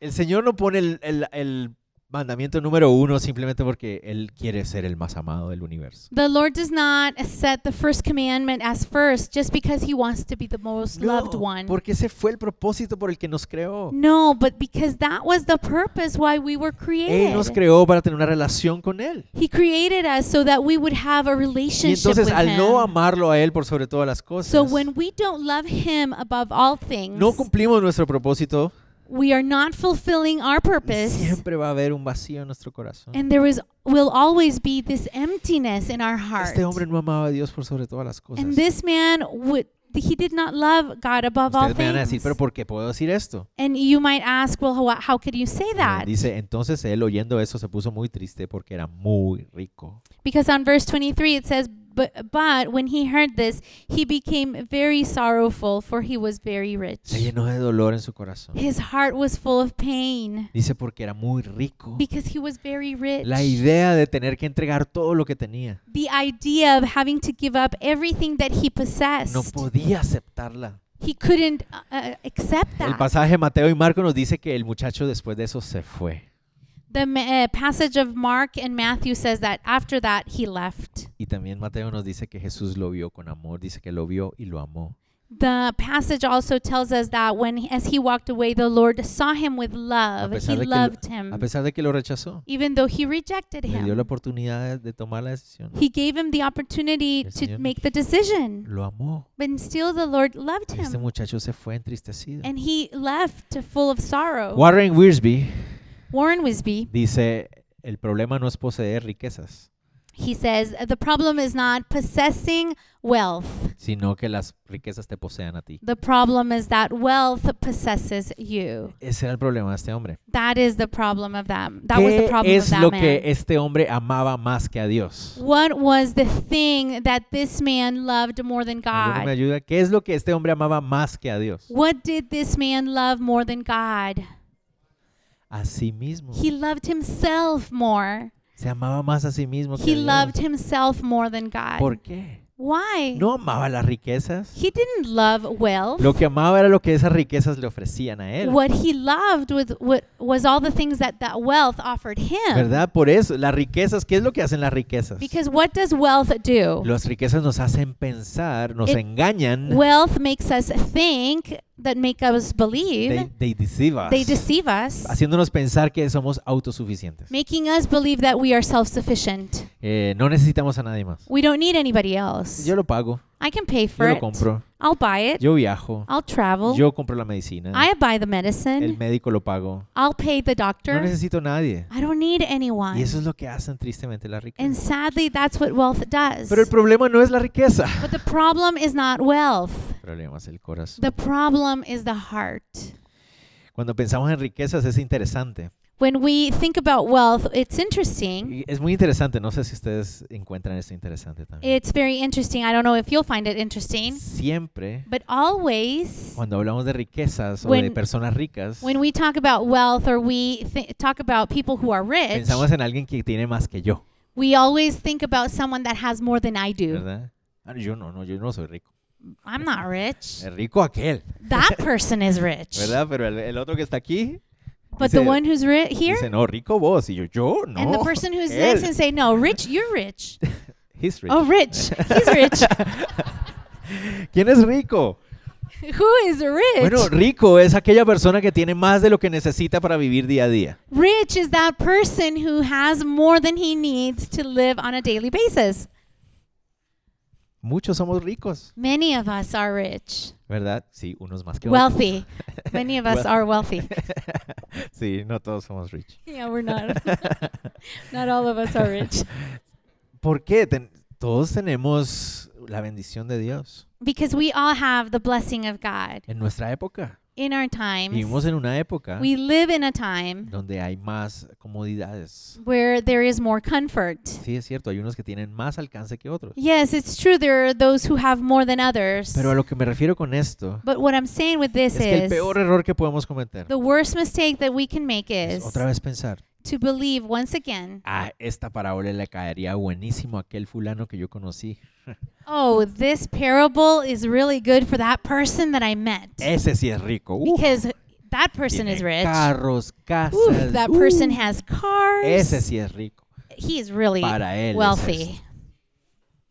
Speaker 1: El Señor no pone el, el- el mandamiento número uno simplemente porque Él quiere ser el más amado del universo.
Speaker 2: The Lord does not set the first commandment as first just because he wants to be the most loved
Speaker 1: No,
Speaker 2: one.
Speaker 1: porque ese fue el propósito por el que nos creó.
Speaker 2: No, but because that was the purpose why we were
Speaker 1: Él nos
Speaker 2: created.
Speaker 1: creó para tener una relación con Él.
Speaker 2: He created us so that we would have a
Speaker 1: Y
Speaker 2: relationship
Speaker 1: entonces
Speaker 2: with
Speaker 1: al no
Speaker 2: him.
Speaker 1: amarlo a Él por sobre todas las
Speaker 2: So
Speaker 1: cosas,
Speaker 2: when we don't love him above all things,
Speaker 1: no cumplimos nuestro propósito,
Speaker 2: we are not fulfilling our purpose,
Speaker 1: siempre va a haber un vacío en nuestro corazón.
Speaker 2: and there is will always be this emptiness in our heart.
Speaker 1: Este hombre no amaba a Dios por sobre todas las cosas.
Speaker 2: And this man would he did not love God above all
Speaker 1: Ustedes me van a decir,
Speaker 2: things.
Speaker 1: pero ¿por qué puedo decir esto?
Speaker 2: And you might ask, well, how, how could you say
Speaker 1: Miren,
Speaker 2: that?
Speaker 1: Dice, entonces él oyendo eso se puso muy triste porque era muy rico.
Speaker 2: Because on verse 23 it says, but, but when he heard this, he became very sorrowful, for he was very rich.
Speaker 1: Se llenó de dolor en su corazón.
Speaker 2: His heart was full of pain
Speaker 1: Dice porque era muy rico.
Speaker 2: because he was very rich.
Speaker 1: La idea de tener que entregar todo lo que tenía.
Speaker 2: The idea of having to give up everything that he possessed,
Speaker 1: No podía aceptarla.
Speaker 2: he couldn't uh, uh, accept
Speaker 1: El
Speaker 2: that.
Speaker 1: pasaje de Mateo y Marco nos dice que el muchacho después de eso se fue
Speaker 2: The ma- uh, passage of Mark and Matthew says that after that he left.
Speaker 1: Y también Mateo nos dice que Jesús lo vio con amor, dice que lo vio y lo amó.
Speaker 2: The passage also tells us that when as he walked away, the Lord saw him with
Speaker 1: A
Speaker 2: love.
Speaker 1: pesar de
Speaker 2: He
Speaker 1: que, lo-
Speaker 2: loved him,
Speaker 1: a pesar de que lo rechazó,
Speaker 2: even though he rejected
Speaker 1: le dio la
Speaker 2: him.
Speaker 1: oportunidad de, de tomar la decisión.
Speaker 2: He gave him the opportunity
Speaker 1: El
Speaker 2: to
Speaker 1: Señor-
Speaker 2: make the decision,
Speaker 1: Lo amó.
Speaker 2: but still the Lord loved
Speaker 1: Este
Speaker 2: him,
Speaker 1: muchacho se fue entristecido.
Speaker 2: and he left full of sorrow.
Speaker 1: Warren Wiersbe
Speaker 2: Warren Wisby,
Speaker 1: dice, el problema no es poseer riquezas,
Speaker 2: he says, the problem is not possessing wealth.
Speaker 1: sino que las riquezas te posean a ti.
Speaker 2: The problem is that wealth possesses you.
Speaker 1: Ese era el problema de este hombre.
Speaker 2: That is the problem of them. That was the
Speaker 1: ¿Qué
Speaker 2: problem of
Speaker 1: es
Speaker 2: that
Speaker 1: lo
Speaker 2: man.
Speaker 1: que este hombre amaba más que a Dios?
Speaker 2: What was the thing that this man loved more than
Speaker 1: ¿Alguno me
Speaker 2: God?
Speaker 1: ayuda? ¿Qué es lo que este hombre amaba más que a Dios?
Speaker 2: What did this man love more than God?
Speaker 1: A sí mismo.
Speaker 2: He loved himself more.
Speaker 1: Se amaba más a sí mismo que
Speaker 2: He
Speaker 1: a
Speaker 2: loved
Speaker 1: Dios.
Speaker 2: himself more than God.
Speaker 1: ¿Por qué?
Speaker 2: Why?
Speaker 1: No amaba las riquezas.
Speaker 2: He didn't love wealth.
Speaker 1: Lo que amaba era lo que esas riquezas le ofrecían a él.
Speaker 2: What he loved with, what, was all the things that that wealth offered him.
Speaker 1: ¿Verdad? Por eso, las riquezas, ¿qué es lo que hacen las riquezas?
Speaker 2: Because what does wealth do?
Speaker 1: Las riquezas nos hacen pensar, nos
Speaker 2: It-
Speaker 1: engañan.
Speaker 2: Wealth makes us think that make us
Speaker 1: They,
Speaker 2: believe.
Speaker 1: they deceive us.
Speaker 2: They deceive us,
Speaker 1: Haciéndonos pensar que somos autosuficientes.
Speaker 2: making us believe that we are self-sufficient.
Speaker 1: Eh, no necesitamos a nadie más.
Speaker 2: We don't need anybody else.
Speaker 1: Yo lo pago,
Speaker 2: I can pay
Speaker 1: yo
Speaker 2: for
Speaker 1: lo
Speaker 2: it.
Speaker 1: compro,
Speaker 2: I'll buy it.
Speaker 1: yo viajo,
Speaker 2: I'll travel.
Speaker 1: yo compro la medicina,
Speaker 2: I buy the
Speaker 1: el
Speaker 2: medicine.
Speaker 1: médico lo pago.
Speaker 2: I'll pay the
Speaker 1: No
Speaker 2: doctor.
Speaker 1: necesito a nadie.
Speaker 2: I don't need anyone.
Speaker 1: Y eso es lo que hacen tristemente las
Speaker 2: And
Speaker 1: riquezas.
Speaker 2: sadly, that's what wealth does.
Speaker 1: Pero el problema no es la riqueza.
Speaker 2: But the problem is not wealth.
Speaker 1: El problema es el corazón.
Speaker 2: The problem is the heart.
Speaker 1: Cuando pensamos en riquezas es interesante.
Speaker 2: When we think about wealth, it's interesting.
Speaker 1: Y es muy interesante. No sé si ustedes encuentran esto interesante también.
Speaker 2: It's very interesting. I don't know if you'll find it interesting,
Speaker 1: Siempre
Speaker 2: but always
Speaker 1: cuando hablamos de riquezas o
Speaker 2: When-
Speaker 1: de personas ricas,
Speaker 2: when we talk about wealth or we th- talk about people who are rich,
Speaker 1: pensamos en alguien que tiene más que yo,
Speaker 2: we always think about someone that has more than I do.
Speaker 1: ¿verdad? Ah, yo no, no, yo no soy rico.
Speaker 2: I'm not
Speaker 1: *laughs*
Speaker 2: rich.
Speaker 1: El rico aquel.
Speaker 2: That person is rich.
Speaker 1: ¿Verdad? Pero el, el otro que está aquí
Speaker 2: But the
Speaker 1: Dice-
Speaker 2: one who's ri- here
Speaker 1: dice, no, rico vos. Y yo, yo, no.
Speaker 2: and the person
Speaker 1: *laughs*
Speaker 2: who's
Speaker 1: él.
Speaker 2: next and say, "No, rich, you're rich."
Speaker 1: He's *laughs* rich.
Speaker 2: Oh, rich.
Speaker 1: *laughs*
Speaker 2: He's rich. *laughs*
Speaker 1: ¿Quién es rico?
Speaker 2: Who is rich?
Speaker 1: Bueno, rico es aquella persona que tiene más de lo que necesita para vivir día a día.
Speaker 2: Rich is that person who has more than he needs to live on a daily basis.
Speaker 1: Muchos somos ricos,
Speaker 2: Many of us are rich.
Speaker 1: ¿verdad? Sí, unos más que *laughs* otros.
Speaker 2: Wealthy. Many of us
Speaker 1: Wealthy.
Speaker 2: are
Speaker 1: *laughs*
Speaker 2: wealthy. *laughs*
Speaker 1: sí, no todos somos rich. *laughs*
Speaker 2: Yeah, we're not. not all of us are
Speaker 1: *laughs*
Speaker 2: rich.
Speaker 1: ¿Por qué? Ten- todos tenemos la bendición de Dios
Speaker 2: Because we all have the blessing of God
Speaker 1: en nuestra época.
Speaker 2: in our times.
Speaker 1: Vivimos en una época
Speaker 2: We live in a time
Speaker 1: donde hay más comodidades.
Speaker 2: where there is more comfort.
Speaker 1: Sí, es cierto, hay unos que tienen más alcance que otros.
Speaker 2: Yes, it's true there are those who have more than others.
Speaker 1: Pero a lo que me refiero con esto
Speaker 2: But what I'm saying with this
Speaker 1: es que el
Speaker 2: is
Speaker 1: peor error que podemos cometer
Speaker 2: the worst mistake that we can make
Speaker 1: es
Speaker 2: is
Speaker 1: otra vez pensar,
Speaker 2: to believe once again,
Speaker 1: ah, esta parábola le caería buenísimo a aquel fulano que yo conocí.
Speaker 2: oh, this parable is really good for that person that I met.
Speaker 1: Ese sí es rico. Uf,
Speaker 2: Because that person
Speaker 1: Eh, uh. tiene
Speaker 2: is rich.
Speaker 1: Carros, casas.
Speaker 2: Oof, that
Speaker 1: uf,
Speaker 2: person has cars.
Speaker 1: ese sí es rico.
Speaker 2: He is really
Speaker 1: Para él es
Speaker 2: wealthy.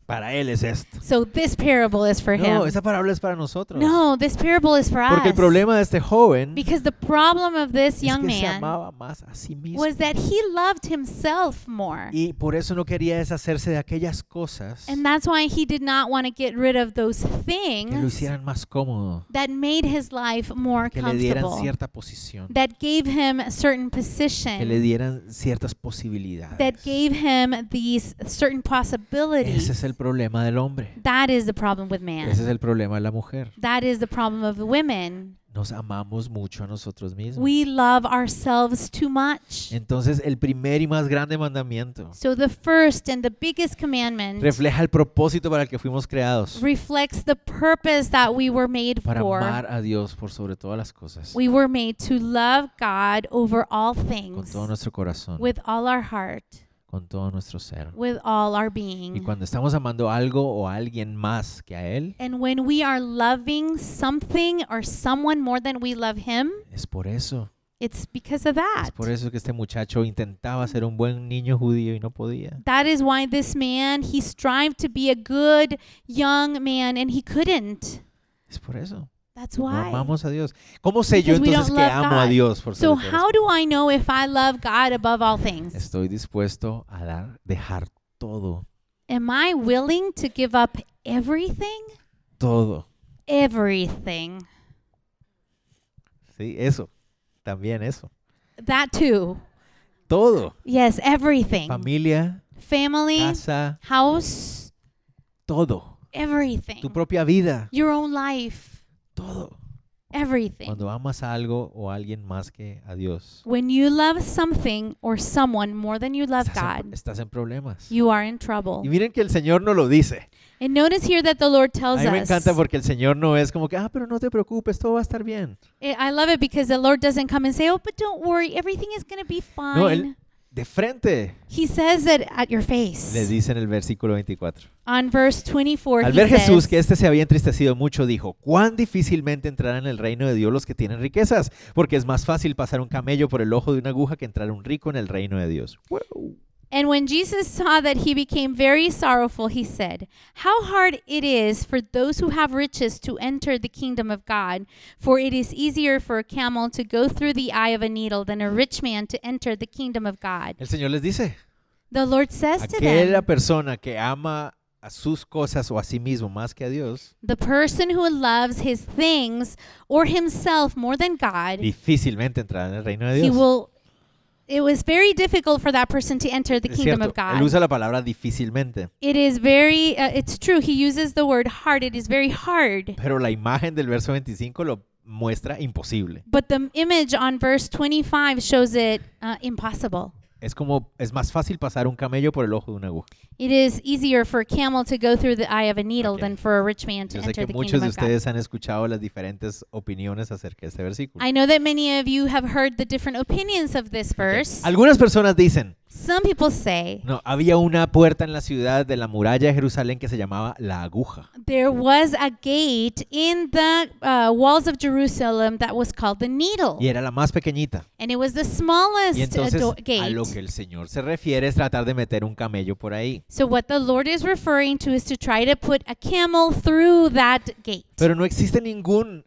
Speaker 1: Para él es esto.
Speaker 2: So this parable is for
Speaker 1: No,
Speaker 2: him.
Speaker 1: esa parábola es para nosotros.
Speaker 2: No, this parable is for
Speaker 1: Porque el
Speaker 2: us.
Speaker 1: problema de este joven
Speaker 2: because the problem of this
Speaker 1: es
Speaker 2: young
Speaker 1: que se
Speaker 2: man
Speaker 1: amaba más a sí mismo.
Speaker 2: was that he loved himself more.
Speaker 1: Y por eso no quería deshacerse de aquellas cosas
Speaker 2: And that's why he did not want to get rid of those
Speaker 1: que lo
Speaker 2: things
Speaker 1: hicieran más cómodo,
Speaker 2: that made his life more
Speaker 1: que le dieran
Speaker 2: comfortable,
Speaker 1: cierta posición,
Speaker 2: that gave him a certain
Speaker 1: que le
Speaker 2: position,
Speaker 1: dieran ciertas
Speaker 2: that
Speaker 1: posibilidades.
Speaker 2: gave him these certain possibilities.
Speaker 1: Ese es el problema del hombre.
Speaker 2: That is the problem with man.
Speaker 1: Ese es el problema de la mujer.
Speaker 2: That is the problem of women.
Speaker 1: Nos amamos mucho a nosotros mismos.
Speaker 2: We love ourselves too much.
Speaker 1: Entonces, el primer y más grande mandamiento
Speaker 2: So the first and the biggest commandment
Speaker 1: refleja el propósito para el que fuimos creados,
Speaker 2: reflects the purpose that we were made
Speaker 1: para
Speaker 2: for.
Speaker 1: amar a Dios por sobre todas las cosas,
Speaker 2: We were made to love God over all
Speaker 1: con
Speaker 2: things,
Speaker 1: todo nuestro corazón,
Speaker 2: with all our heart,
Speaker 1: con todo nuestro ser.
Speaker 2: with all our
Speaker 1: Y
Speaker 2: being.
Speaker 1: cuando estamos amando algo o a alguien más que a Él,
Speaker 2: And when we are loving something or someone more than we love Him,
Speaker 1: es por eso.
Speaker 2: it's because of
Speaker 1: Es
Speaker 2: that.
Speaker 1: por eso que este muchacho intentaba ser un buen niño judío y no podía.
Speaker 2: That is why this man, he strived to be a good young man and he couldn't.
Speaker 1: Es por eso.
Speaker 2: That's
Speaker 1: No
Speaker 2: why.
Speaker 1: amamos a Dios. ¿Cómo sé yo
Speaker 2: Because we
Speaker 1: entonces
Speaker 2: don't
Speaker 1: que
Speaker 2: love
Speaker 1: amo a
Speaker 2: God.
Speaker 1: Dios por
Speaker 2: So,
Speaker 1: sobre todas las
Speaker 2: how do I know if I love God above all things?
Speaker 1: Estoy dispuesto a dar, dejar todo,
Speaker 2: Am I willing to give up everything?
Speaker 1: todo.
Speaker 2: Everything.
Speaker 1: Sí, eso. También eso.
Speaker 2: That too.
Speaker 1: Todo.
Speaker 2: Yes, everything.
Speaker 1: Familia,
Speaker 2: Family,
Speaker 1: casa,
Speaker 2: house,
Speaker 1: todo.
Speaker 2: everything,
Speaker 1: tu propia vida,
Speaker 2: your own life,
Speaker 1: todo.
Speaker 2: everything.
Speaker 1: Cuando amas a algo o a alguien más que a Dios,
Speaker 2: When you love something or someone more than you love
Speaker 1: estás en,
Speaker 2: God,
Speaker 1: estás en problemas.
Speaker 2: you are in
Speaker 1: Y
Speaker 2: trouble.
Speaker 1: miren que el Señor no lo dice.
Speaker 2: And notice here that the
Speaker 1: A
Speaker 2: Lord tells
Speaker 1: mí me
Speaker 2: us.
Speaker 1: encanta porque el Señor no es como que, ah, pero no te preocupes, todo va a estar bien.
Speaker 2: It, eh, I love it because the Lord doesn't come and say, "Oh, but don't worry, everything is going to be fine."
Speaker 1: No, él de frente
Speaker 2: he says it at your
Speaker 1: le
Speaker 2: face.
Speaker 1: dice en el versículo 24.
Speaker 2: On verse 24,
Speaker 1: Al
Speaker 2: he
Speaker 1: ver Jesús
Speaker 2: says,
Speaker 1: que éste se había entristecido mucho, dijo, cuán difícilmente entrarán en el reino de Dios los que tienen riquezas, porque es más fácil pasar un camello por el ojo de una aguja que entrar un rico en el reino de Dios. Wow.
Speaker 2: And when Jesus saw that he became very sorrowful, he said, How hard it is for those who have riches to enter the kingdom of God, for it is easier for a camel to go through the eye of a needle than a rich man to enter the kingdom of God.
Speaker 1: El Señor les dice,
Speaker 2: The Lord says to
Speaker 1: aquella
Speaker 2: them,
Speaker 1: persona que ama a sus cosas o a sí mismo más que a Dios,
Speaker 2: The person who loves his things or himself more than God,
Speaker 1: difícilmente entrará en el reino de
Speaker 2: he
Speaker 1: Dios.
Speaker 2: will. It was very difficult for that person to enter the
Speaker 1: Es
Speaker 2: kingdom
Speaker 1: cierto,
Speaker 2: of
Speaker 1: él
Speaker 2: God.
Speaker 1: usa la palabra difícilmente,
Speaker 2: It is very, uh, it's true. He uses the word hard. It is very hard.
Speaker 1: pero la imagen del verso 25 lo muestra imposible.
Speaker 2: But the m- image on verse 25 shows it uh, impossible.
Speaker 1: Es como, es más fácil pasar un camello por el ojo de una aguja.
Speaker 2: It is easier for a camel to go through the eye of a needle
Speaker 1: Okay.
Speaker 2: than for a rich man to
Speaker 1: Yo sé que
Speaker 2: enter the
Speaker 1: muchos
Speaker 2: kingdom
Speaker 1: de
Speaker 2: of God.
Speaker 1: ustedes han escuchado las diferentes opiniones acerca de este versículo.
Speaker 2: I know that many of you have heard the different opinions of this verse.
Speaker 1: Algunas personas dicen,
Speaker 2: Some people say
Speaker 1: no, había una puerta en la ciudad de la muralla de Jerusalén que se llamaba la aguja.
Speaker 2: there was a gate in the uh, walls of Jerusalem that was called the needle,
Speaker 1: Y era la más pequeñita.
Speaker 2: and it was the
Speaker 1: Y
Speaker 2: smallest uh,
Speaker 1: entonces
Speaker 2: do-
Speaker 1: a
Speaker 2: gate.
Speaker 1: lo que el Señor se refiere es tratar de meter un camello por ahí.
Speaker 2: So what the Lord is referring to is to try to put a camel through that gate.
Speaker 1: Pero no existe ningún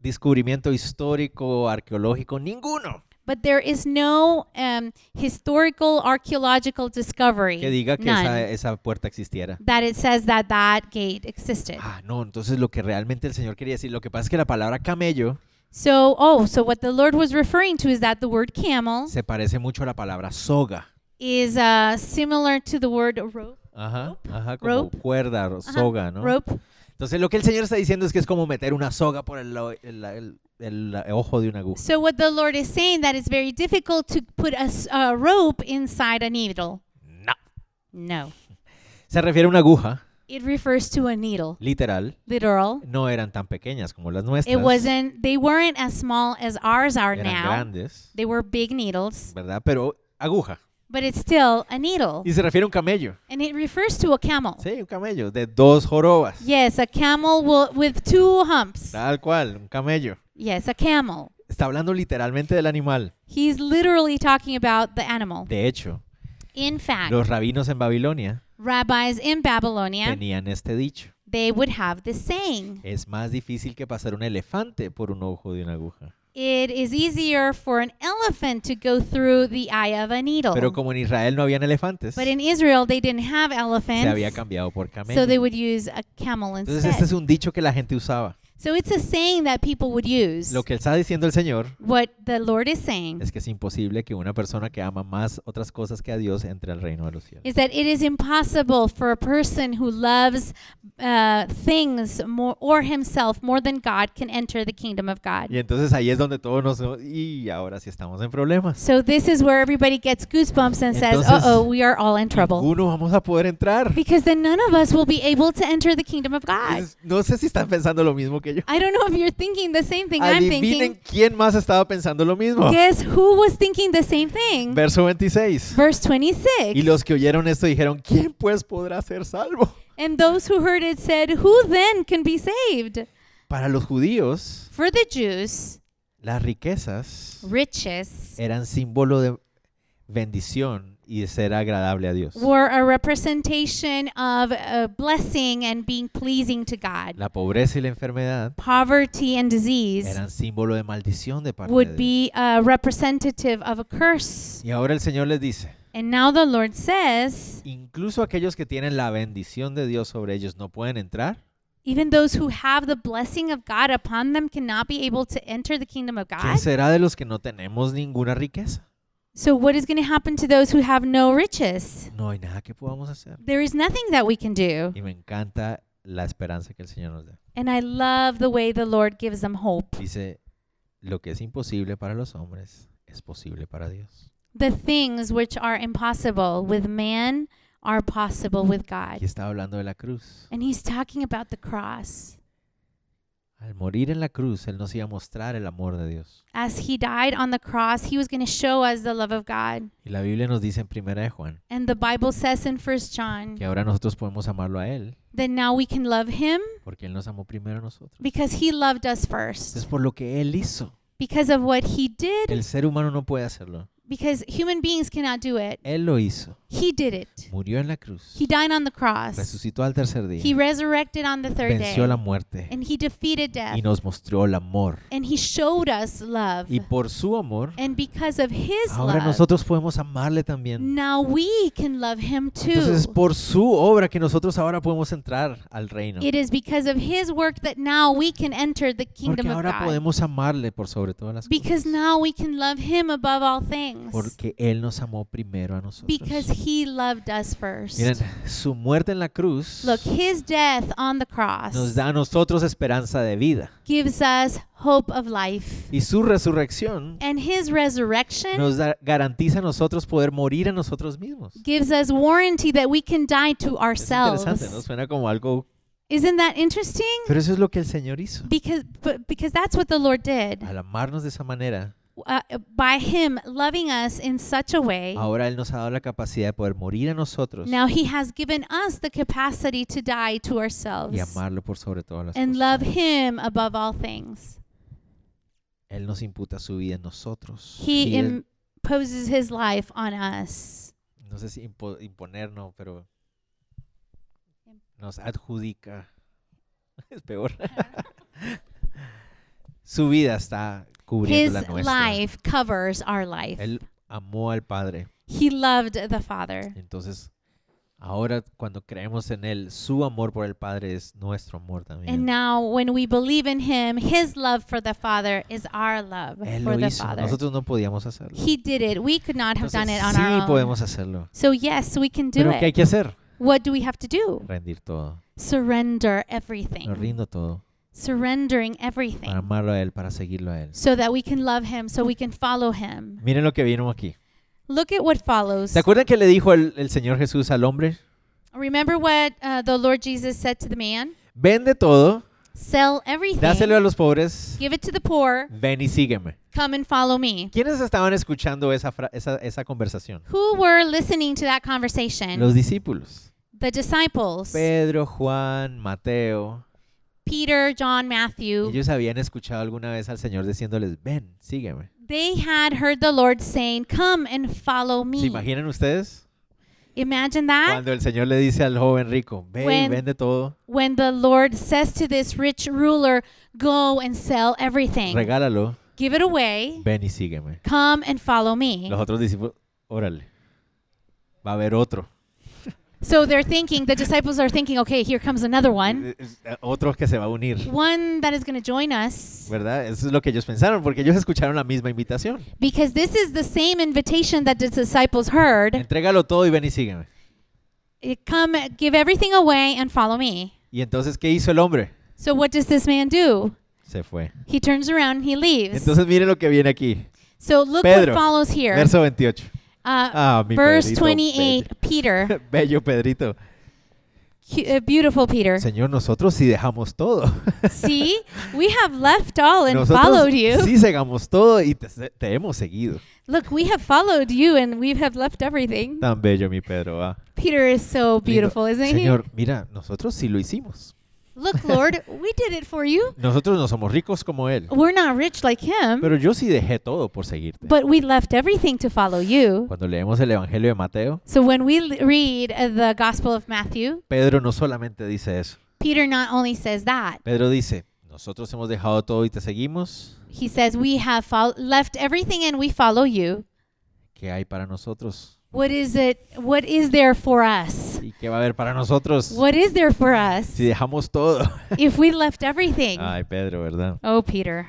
Speaker 1: descubrimiento histórico, arqueológico, ninguno
Speaker 2: But there is no um, historical archaeological discovery
Speaker 1: que diga que
Speaker 2: none,
Speaker 1: esa, e- esa puerta existiera.
Speaker 2: that it says that that gate existed.
Speaker 1: Ah, no, entonces lo que realmente el Señor quería decir, lo que pasa es que la palabra camello
Speaker 2: So, oh, so what the Lord was referring to is that the word camel
Speaker 1: se parece mucho a la palabra soga.
Speaker 2: is uh, similar to the word rope.
Speaker 1: Ajá, ajá, como
Speaker 2: rope.
Speaker 1: cuerda, ro-
Speaker 2: Ajá,
Speaker 1: soga, ¿no?
Speaker 2: Rope.
Speaker 1: Entonces lo que el Señor está diciendo es que es como meter una soga por el, lo- el- el- el ojo de una aguja.
Speaker 2: So what the Lord is saying that it's very difficult to put a, s- a rope inside a needle.
Speaker 1: No.
Speaker 2: No,
Speaker 1: Se refiere a una aguja,
Speaker 2: it refers to a needle,
Speaker 1: literal.
Speaker 2: literal.
Speaker 1: No eran tan pequeñas como las nuestras.
Speaker 2: It wasn't. They weren't as small as ours are
Speaker 1: eran
Speaker 2: now.
Speaker 1: grandes,
Speaker 2: They were big needles.
Speaker 1: ¿verdad? Pero aguja.
Speaker 2: But it's still a needle.
Speaker 1: Y se refiere a un camello.
Speaker 2: And it refers to a camel.
Speaker 1: Sí, un camello, de dos jorobas.
Speaker 2: Yes, a camel will, with two humps.
Speaker 1: Tal cual, un camello.
Speaker 2: Yes, a camel.
Speaker 1: Está hablando literalmente del animal.
Speaker 2: He's literally talking about the animal.
Speaker 1: De hecho,
Speaker 2: In fact,
Speaker 1: los rabinos en Babilonia
Speaker 2: rabbis in Babylonia,
Speaker 1: tenían este dicho.
Speaker 2: they would have this saying
Speaker 1: Es más difícil que pasar un elefante por un ojo de una aguja.
Speaker 2: It is easier for an elephant to go through the eye of a needle.
Speaker 1: Pero como en Israel no habían elefantes,
Speaker 2: Oh. But in Israel, they didn't have
Speaker 1: se había
Speaker 2: elephants,
Speaker 1: cambiado por camello.
Speaker 2: so they would use a camel
Speaker 1: Entonces este
Speaker 2: instead.
Speaker 1: es un dicho que la gente usaba.
Speaker 2: So it's a saying that people would use.
Speaker 1: Lo que está diciendo el Señor
Speaker 2: What the Lord is saying
Speaker 1: es que es imposible que una persona que ama más otras cosas que a Dios entre al reino de los cielos.
Speaker 2: is that it is impossible for a person who loves uh, things more or himself more than God can enter the kingdom of God.
Speaker 1: Y entonces ahí es donde todos nos... Y ahora sí estamos en problemas.
Speaker 2: So this is where everybody gets goosebumps and says,
Speaker 1: Entonces,
Speaker 2: "Uh-oh, we are all in trouble."
Speaker 1: Ninguno vamos a poder entrar.
Speaker 2: Because then none of us will be able to enter the kingdom of God.
Speaker 1: Es- No sé si están pensando lo mismo que yo.
Speaker 2: I don't know if you're thinking the same thing I'm
Speaker 1: Adivinen
Speaker 2: thinking.
Speaker 1: quién más estaba pensando lo mismo.
Speaker 2: Guess who was thinking the same thing?
Speaker 1: Verso 26.
Speaker 2: Verse
Speaker 1: Y
Speaker 2: 26.
Speaker 1: los que oyeron esto dijeron, ¿quién pues podrá ser salvo?
Speaker 2: And those who heard it said, "Who then can be saved?"
Speaker 1: Para los judíos,
Speaker 2: For the Jews,
Speaker 1: las riquezas
Speaker 2: riches
Speaker 1: eran símbolo de bendición y de ser agradable a Dios.
Speaker 2: were a representation of a blessing and being pleasing to God.
Speaker 1: La pobreza y la enfermedad
Speaker 2: Poverty and disease
Speaker 1: eran símbolo de maldición de parte de
Speaker 2: would
Speaker 1: Dios.
Speaker 2: be a representative of a curse.
Speaker 1: Y ahora el Señor les dice,
Speaker 2: And now the Lord says,
Speaker 1: incluso aquellos que tienen la bendición de Dios sobre ellos no pueden entrar.
Speaker 2: even those who have the blessing of God upon them cannot be able to enter the kingdom of
Speaker 1: ¿Qué
Speaker 2: God.
Speaker 1: será de los que no tenemos ninguna riqueza?
Speaker 2: So, what is going to happen to those who have no riches?
Speaker 1: No hay nada que podamos hacer.
Speaker 2: There is nothing that we can do.
Speaker 1: Y me encanta la esperanza que el Señor nos da.
Speaker 2: And I love the way the Lord gives them hope.
Speaker 1: Dice, lo que es imposible para los hombres es posible para Dios.
Speaker 2: The things which are impossible with man are possible with
Speaker 1: Aquí
Speaker 2: God.
Speaker 1: estaba hablando de la cruz.
Speaker 2: And he's talking about the cross.
Speaker 1: Al morir en la cruz, Él nos iba a mostrar el amor de Dios.
Speaker 2: As he died on the cross, he was going to show us the love of God.
Speaker 1: Y la Biblia nos dice en primera de Juan
Speaker 2: And the Bible says in 1 John
Speaker 1: que ahora nosotros podemos amarlo a Él
Speaker 2: that now we can love him
Speaker 1: porque Él nos amó primero a nosotros.
Speaker 2: because he loved us
Speaker 1: Es
Speaker 2: first.
Speaker 1: por lo que Él hizo.
Speaker 2: Because of what he did,
Speaker 1: El ser humano no puede hacerlo.
Speaker 2: because human beings cannot do it.
Speaker 1: Él lo hizo.
Speaker 2: He did it.
Speaker 1: Murió en la cruz.
Speaker 2: He died on the cross.
Speaker 1: Resucitó al tercer
Speaker 2: He
Speaker 1: día.
Speaker 2: resurrected on the third
Speaker 1: Venció la
Speaker 2: day.
Speaker 1: muerte.
Speaker 2: And he defeated death.
Speaker 1: Y nos mostró el amor.
Speaker 2: And he showed us love.
Speaker 1: Y por su amor,
Speaker 2: And because of his
Speaker 1: ahora
Speaker 2: love,
Speaker 1: nosotros podemos amarle también.
Speaker 2: now we can love him
Speaker 1: Entonces es
Speaker 2: too.
Speaker 1: por su obra que nosotros ahora podemos entrar al reino.
Speaker 2: It is because of his work that now we can enter the
Speaker 1: Porque
Speaker 2: kingdom of
Speaker 1: ahora
Speaker 2: God.
Speaker 1: podemos amarle por sobre todas las
Speaker 2: Because
Speaker 1: cosas.
Speaker 2: now we can love him above all things.
Speaker 1: Porque Él nos amó primero a nosotros.
Speaker 2: Because he loved us first.
Speaker 1: Miren, su muerte en la cruz
Speaker 2: Look, his death on the
Speaker 1: nos
Speaker 2: cross
Speaker 1: da a nosotros esperanza de vida.
Speaker 2: gives us hope of life.
Speaker 1: Y su resurrección
Speaker 2: And his resurrection
Speaker 1: nos da- garantiza a nosotros poder morir a nosotros mismos.
Speaker 2: gives us warranty that we can die to
Speaker 1: Es interesante, ¿no?
Speaker 2: ourselves.
Speaker 1: Suena como algo...
Speaker 2: Isn't that interesting?
Speaker 1: Pero eso es lo que el Señor hizo.
Speaker 2: Because but, because that's what the Lord did.
Speaker 1: Al amarnos de esa manera,
Speaker 2: Uh, by him loving us in such a way,
Speaker 1: ahora Él nos ha dado la capacidad de poder morir a nosotros
Speaker 2: now he has given us the capacity to die to
Speaker 1: y
Speaker 2: ourselves
Speaker 1: amarlo por sobre todas las
Speaker 2: and
Speaker 1: cosas.
Speaker 2: love him above all things.
Speaker 1: Él nos imputa su vida en nosotros.
Speaker 2: He em-
Speaker 1: Y Él-
Speaker 2: imposes his life on us.
Speaker 1: no sé si impo- imponer, no, pero
Speaker 2: Em.
Speaker 1: nos adjudica. *laughs* Es
Speaker 2: *laughs*
Speaker 1: peor. Su vida está
Speaker 2: His
Speaker 1: cubriendo la nuestra.
Speaker 2: life covers our life.
Speaker 1: Él amó al Padre.
Speaker 2: He loved the Father.
Speaker 1: Entonces, ahora cuando creemos en Él, su amor por el Padre es nuestro amor
Speaker 2: And
Speaker 1: también.
Speaker 2: now, when we believe in him, his love for the Father is our love
Speaker 1: Él
Speaker 2: for
Speaker 1: lo
Speaker 2: the
Speaker 1: hizo.
Speaker 2: Father.
Speaker 1: Nosotros no podíamos hacerlo.
Speaker 2: He did it. We could not have
Speaker 1: Entonces,
Speaker 2: done it on
Speaker 1: sí
Speaker 2: our own.
Speaker 1: podemos hacerlo.
Speaker 2: So, yes, we can do
Speaker 1: Pero ¿qué hay
Speaker 2: it.
Speaker 1: que hacer?
Speaker 2: What do we have to do?
Speaker 1: Rendir todo.
Speaker 2: Surrender
Speaker 1: Lo
Speaker 2: everything.
Speaker 1: rindo todo
Speaker 2: Surrendering
Speaker 1: para
Speaker 2: everything
Speaker 1: amarlo a Él, para seguirlo a Él.
Speaker 2: so that we can love him, so we can follow him.
Speaker 1: Miren lo que vieron aquí.
Speaker 2: Look at what follows.
Speaker 1: ¿Se acuerdan que le dijo el, el Señor Jesús al hombre?
Speaker 2: Remember what uh, the Lord Jesus said to the man?
Speaker 1: Vende todo,
Speaker 2: Sell everything,
Speaker 1: dáselo a los pobres,
Speaker 2: give it to the poor,
Speaker 1: ven y sígueme.
Speaker 2: come and follow me.
Speaker 1: ¿Quiénes estaban escuchando esa, fra- esa, esa conversación?
Speaker 2: Who were listening to that conversation?
Speaker 1: Los discípulos.
Speaker 2: The disciples,
Speaker 1: Pedro, Juan, Mateo.
Speaker 2: Peter, John, Matthew.
Speaker 1: Ellos habían escuchado alguna vez al Señor diciéndoles, ven, sígueme.
Speaker 2: They had heard the Lord saying, Come and follow
Speaker 1: ¿Se
Speaker 2: me.
Speaker 1: imaginan ustedes?
Speaker 2: Imagine that.
Speaker 1: Cuando el Señor le dice al joven rico, ve y
Speaker 2: When-
Speaker 1: vende todo,
Speaker 2: when the Lord says to this rich ruler, Go and sell everything,
Speaker 1: regálalo,
Speaker 2: give it away,
Speaker 1: ven y sígueme.
Speaker 2: come and follow me.
Speaker 1: Los otros discípulos, órale, va a haber otro.
Speaker 2: So they're thinking, the disciples are thinking, Okay, here comes another one,
Speaker 1: Eh, eh, Otro que se va a unir.
Speaker 2: one that is going to join us,
Speaker 1: ¿Verdad? Eso es lo que ellos pensaron, porque ellos escucharon la misma invitación.
Speaker 2: because this is the same invitation that the disciples heard
Speaker 1: Entrégalo todo y ven y sígueme.
Speaker 2: eh, Come, give everything away, and follow me.
Speaker 1: Y entonces, ¿qué hizo el hombre?
Speaker 2: So what does this man do?
Speaker 1: Se fue.
Speaker 2: He turns around and he leaves.
Speaker 1: Entonces, mire lo que viene aquí.
Speaker 2: So look
Speaker 1: Pedro,
Speaker 2: what follows here.
Speaker 1: Verso 28.
Speaker 2: Uh,
Speaker 1: Ah, mi
Speaker 2: verse
Speaker 1: Pedrito,
Speaker 2: 28, Peter,
Speaker 1: *laughs* Bello, Bello Pedrito.
Speaker 2: cu- uh, beautiful Peter.
Speaker 1: Señor, nosotros sí dejamos todo.
Speaker 2: See, we have left all and
Speaker 1: Nosotros
Speaker 2: followed you.
Speaker 1: sí segamos todo y te, te hemos seguido.
Speaker 2: Look, we have followed you and we have left everything.
Speaker 1: Tan bello, mi Pedro. ah.
Speaker 2: Peter is so beautiful,
Speaker 1: Lindo.
Speaker 2: isn't
Speaker 1: Señor, mira, nosotros sí lo hicimos.
Speaker 2: he? Look, Lord, we did it for you.
Speaker 1: Nosotros no somos ricos como él.
Speaker 2: We're not rich like him,
Speaker 1: Pero yo sí dejé todo por seguirte.
Speaker 2: but we left everything to follow you.
Speaker 1: Cuando leemos el Evangelio de Mateo,
Speaker 2: So when we l- read uh, the Gospel of Matthew,
Speaker 1: Pedro no solamente dice eso.
Speaker 2: Peter not only says that,
Speaker 1: Pedro dice, nosotros hemos dejado todo y te seguimos.
Speaker 2: he says, We have fol- left everything and we follow you.
Speaker 1: ¿Qué hay para nosotros?
Speaker 2: What is it? What is there for us?
Speaker 1: ¿Y qué va a haber para nosotros?
Speaker 2: What is there for us
Speaker 1: Si dejamos todo.
Speaker 2: if we left everything?
Speaker 1: Ay, Pedro, ¿verdad?
Speaker 2: Oh, Peter.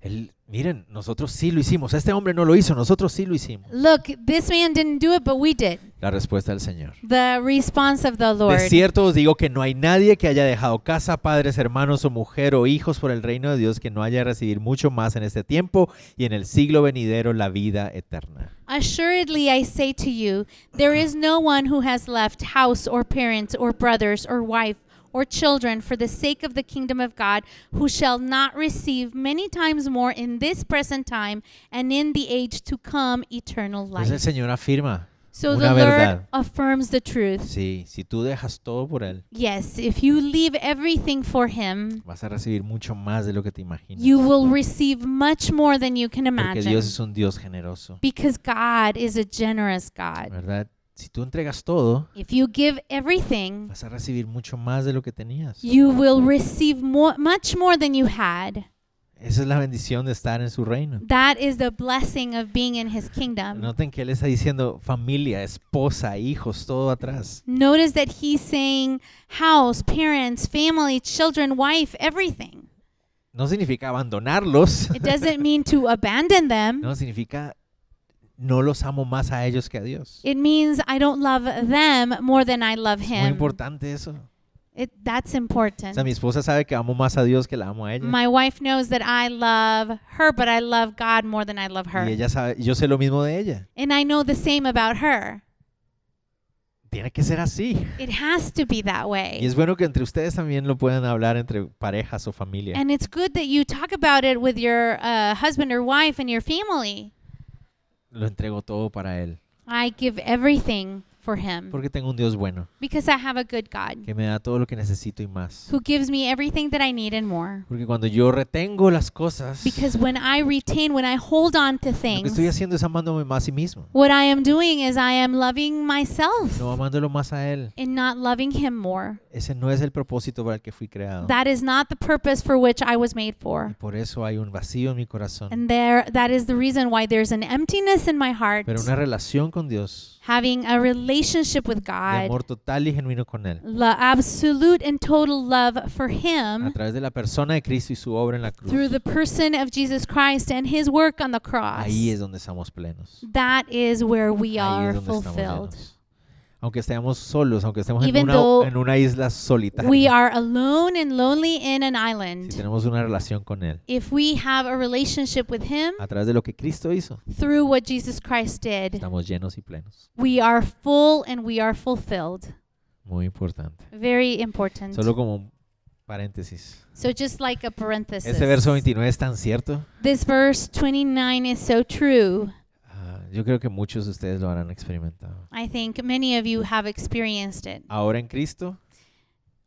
Speaker 1: Él, miren, nosotros sí lo hicimos. Este hombre no lo hizo, nosotros sí lo hicimos.
Speaker 2: Look, this man didn't do it, but we did.
Speaker 1: La respuesta del Señor.
Speaker 2: The response of the
Speaker 1: De
Speaker 2: Lord.
Speaker 1: cierto os digo que no hay nadie que haya dejado casa, padres, hermanos o mujer o hijos por el reino de Dios que no haya de recibir mucho más en este tiempo y en el siglo venidero la vida eterna.
Speaker 2: Assuredly, I say to you, there is no one who has left house or parents or brothers or wife or children for the sake of the kingdom of God who shall not receive many times more in this present time and in the age to come eternal
Speaker 1: Entonces el
Speaker 2: life.
Speaker 1: Señor afirma
Speaker 2: So
Speaker 1: una
Speaker 2: the
Speaker 1: verdad.
Speaker 2: Lord affirms the truth.
Speaker 1: Sí, si tú dejas todo por Él,
Speaker 2: Yes, if you leave everything for Him,
Speaker 1: vas a recibir mucho más de lo que te imaginas.
Speaker 2: you will receive much more than you can
Speaker 1: Porque
Speaker 2: imagine.
Speaker 1: Dios es un Dios generoso,
Speaker 2: Because God is a generous God.
Speaker 1: ¿verdad? Si tú entregas todo,
Speaker 2: If you give everything,
Speaker 1: vas a recibir mucho más de lo que tenías.
Speaker 2: you will receive more, much more than you had.
Speaker 1: Esa es la bendición de estar en su reino.
Speaker 2: That is the blessing of being in his kingdom.
Speaker 1: Noten que él está diciendo familia, esposa, hijos, todo atrás.
Speaker 2: Notice that he's saying house, parents, family, children, wife, everything.
Speaker 1: No significa
Speaker 2: *laughs*
Speaker 1: abandonarlos, *laughs*
Speaker 2: It doesn't mean to abandon them.
Speaker 1: no significa no los amo más a ellos que a Dios.
Speaker 2: It means I don't love them more than I love
Speaker 1: Es muy
Speaker 2: him.
Speaker 1: importante eso.
Speaker 2: It, that's
Speaker 1: O sea, mi
Speaker 2: important.
Speaker 1: esposa sabe que amo más a Dios que la amo a ella.
Speaker 2: My wife knows that I love her, but I love God more than I love
Speaker 1: Y
Speaker 2: her.
Speaker 1: ella sabe, yo sé lo mismo de ella.
Speaker 2: And I know the same about her.
Speaker 1: Tiene que ser así.
Speaker 2: It has to be that way.
Speaker 1: Y es bueno que entre ustedes también lo puedan hablar entre parejas o familia.
Speaker 2: And it's good that you talk about it with your uh, husband or wife and your family.
Speaker 1: Lo entrego todo para Él.
Speaker 2: I give everything for him
Speaker 1: Porque tengo un Dios bueno,
Speaker 2: because I have a good God
Speaker 1: que me da todo lo que necesito y más.
Speaker 2: who gives me everything that I need and more.
Speaker 1: Porque cuando yo retengo las cosas,
Speaker 2: Because when I retain, when I hold on to
Speaker 1: lo que estoy
Speaker 2: things,
Speaker 1: haciendo es amándome más a sí mismo.
Speaker 2: what I am doing is I am loving myself
Speaker 1: No amándolo más a Él.
Speaker 2: and not loving him more.
Speaker 1: Ese no es el propósito para el que fui creado.
Speaker 2: That is not the purpose for which I was made
Speaker 1: Y
Speaker 2: for.
Speaker 1: por eso hay un vacío en mi corazón.
Speaker 2: And there that is the reason why there's an emptiness in my heart.
Speaker 1: Pero una relación con Dios,
Speaker 2: Having a relationship with
Speaker 1: de
Speaker 2: God
Speaker 1: amor total y genuino con Él,
Speaker 2: la absolute and total love for
Speaker 1: a
Speaker 2: him
Speaker 1: través de la persona de Cristo y su obra en la cruz.
Speaker 2: through the person of Jesus Christ and his work on the cross.
Speaker 1: Ahí es donde estamos plenos.
Speaker 2: That is where we
Speaker 1: Ahí
Speaker 2: are
Speaker 1: es donde estamos
Speaker 2: fulfilled.
Speaker 1: llenos. Aunque estemos solos, aunque estemos en
Speaker 2: Even
Speaker 1: una,
Speaker 2: though
Speaker 1: en una isla solitaria,
Speaker 2: We are alone and lonely in an
Speaker 1: si
Speaker 2: island.
Speaker 1: tenemos una relación con Él,
Speaker 2: If we have a relationship with him
Speaker 1: a través de lo que Cristo hizo,
Speaker 2: through what Jesus Christ did,
Speaker 1: estamos llenos y plenos.
Speaker 2: we are full and we are fulfilled.
Speaker 1: Muy importante.
Speaker 2: Very important.
Speaker 1: Solo como un paréntesis.
Speaker 2: So just like a parenthesis.
Speaker 1: Este verso 29 es tan cierto.
Speaker 2: This verse 29 is so true.
Speaker 1: Ah, yo creo que muchos de ustedes lo habrán experimentado.
Speaker 2: I think many of you have experienced it.
Speaker 1: Ahora en Cristo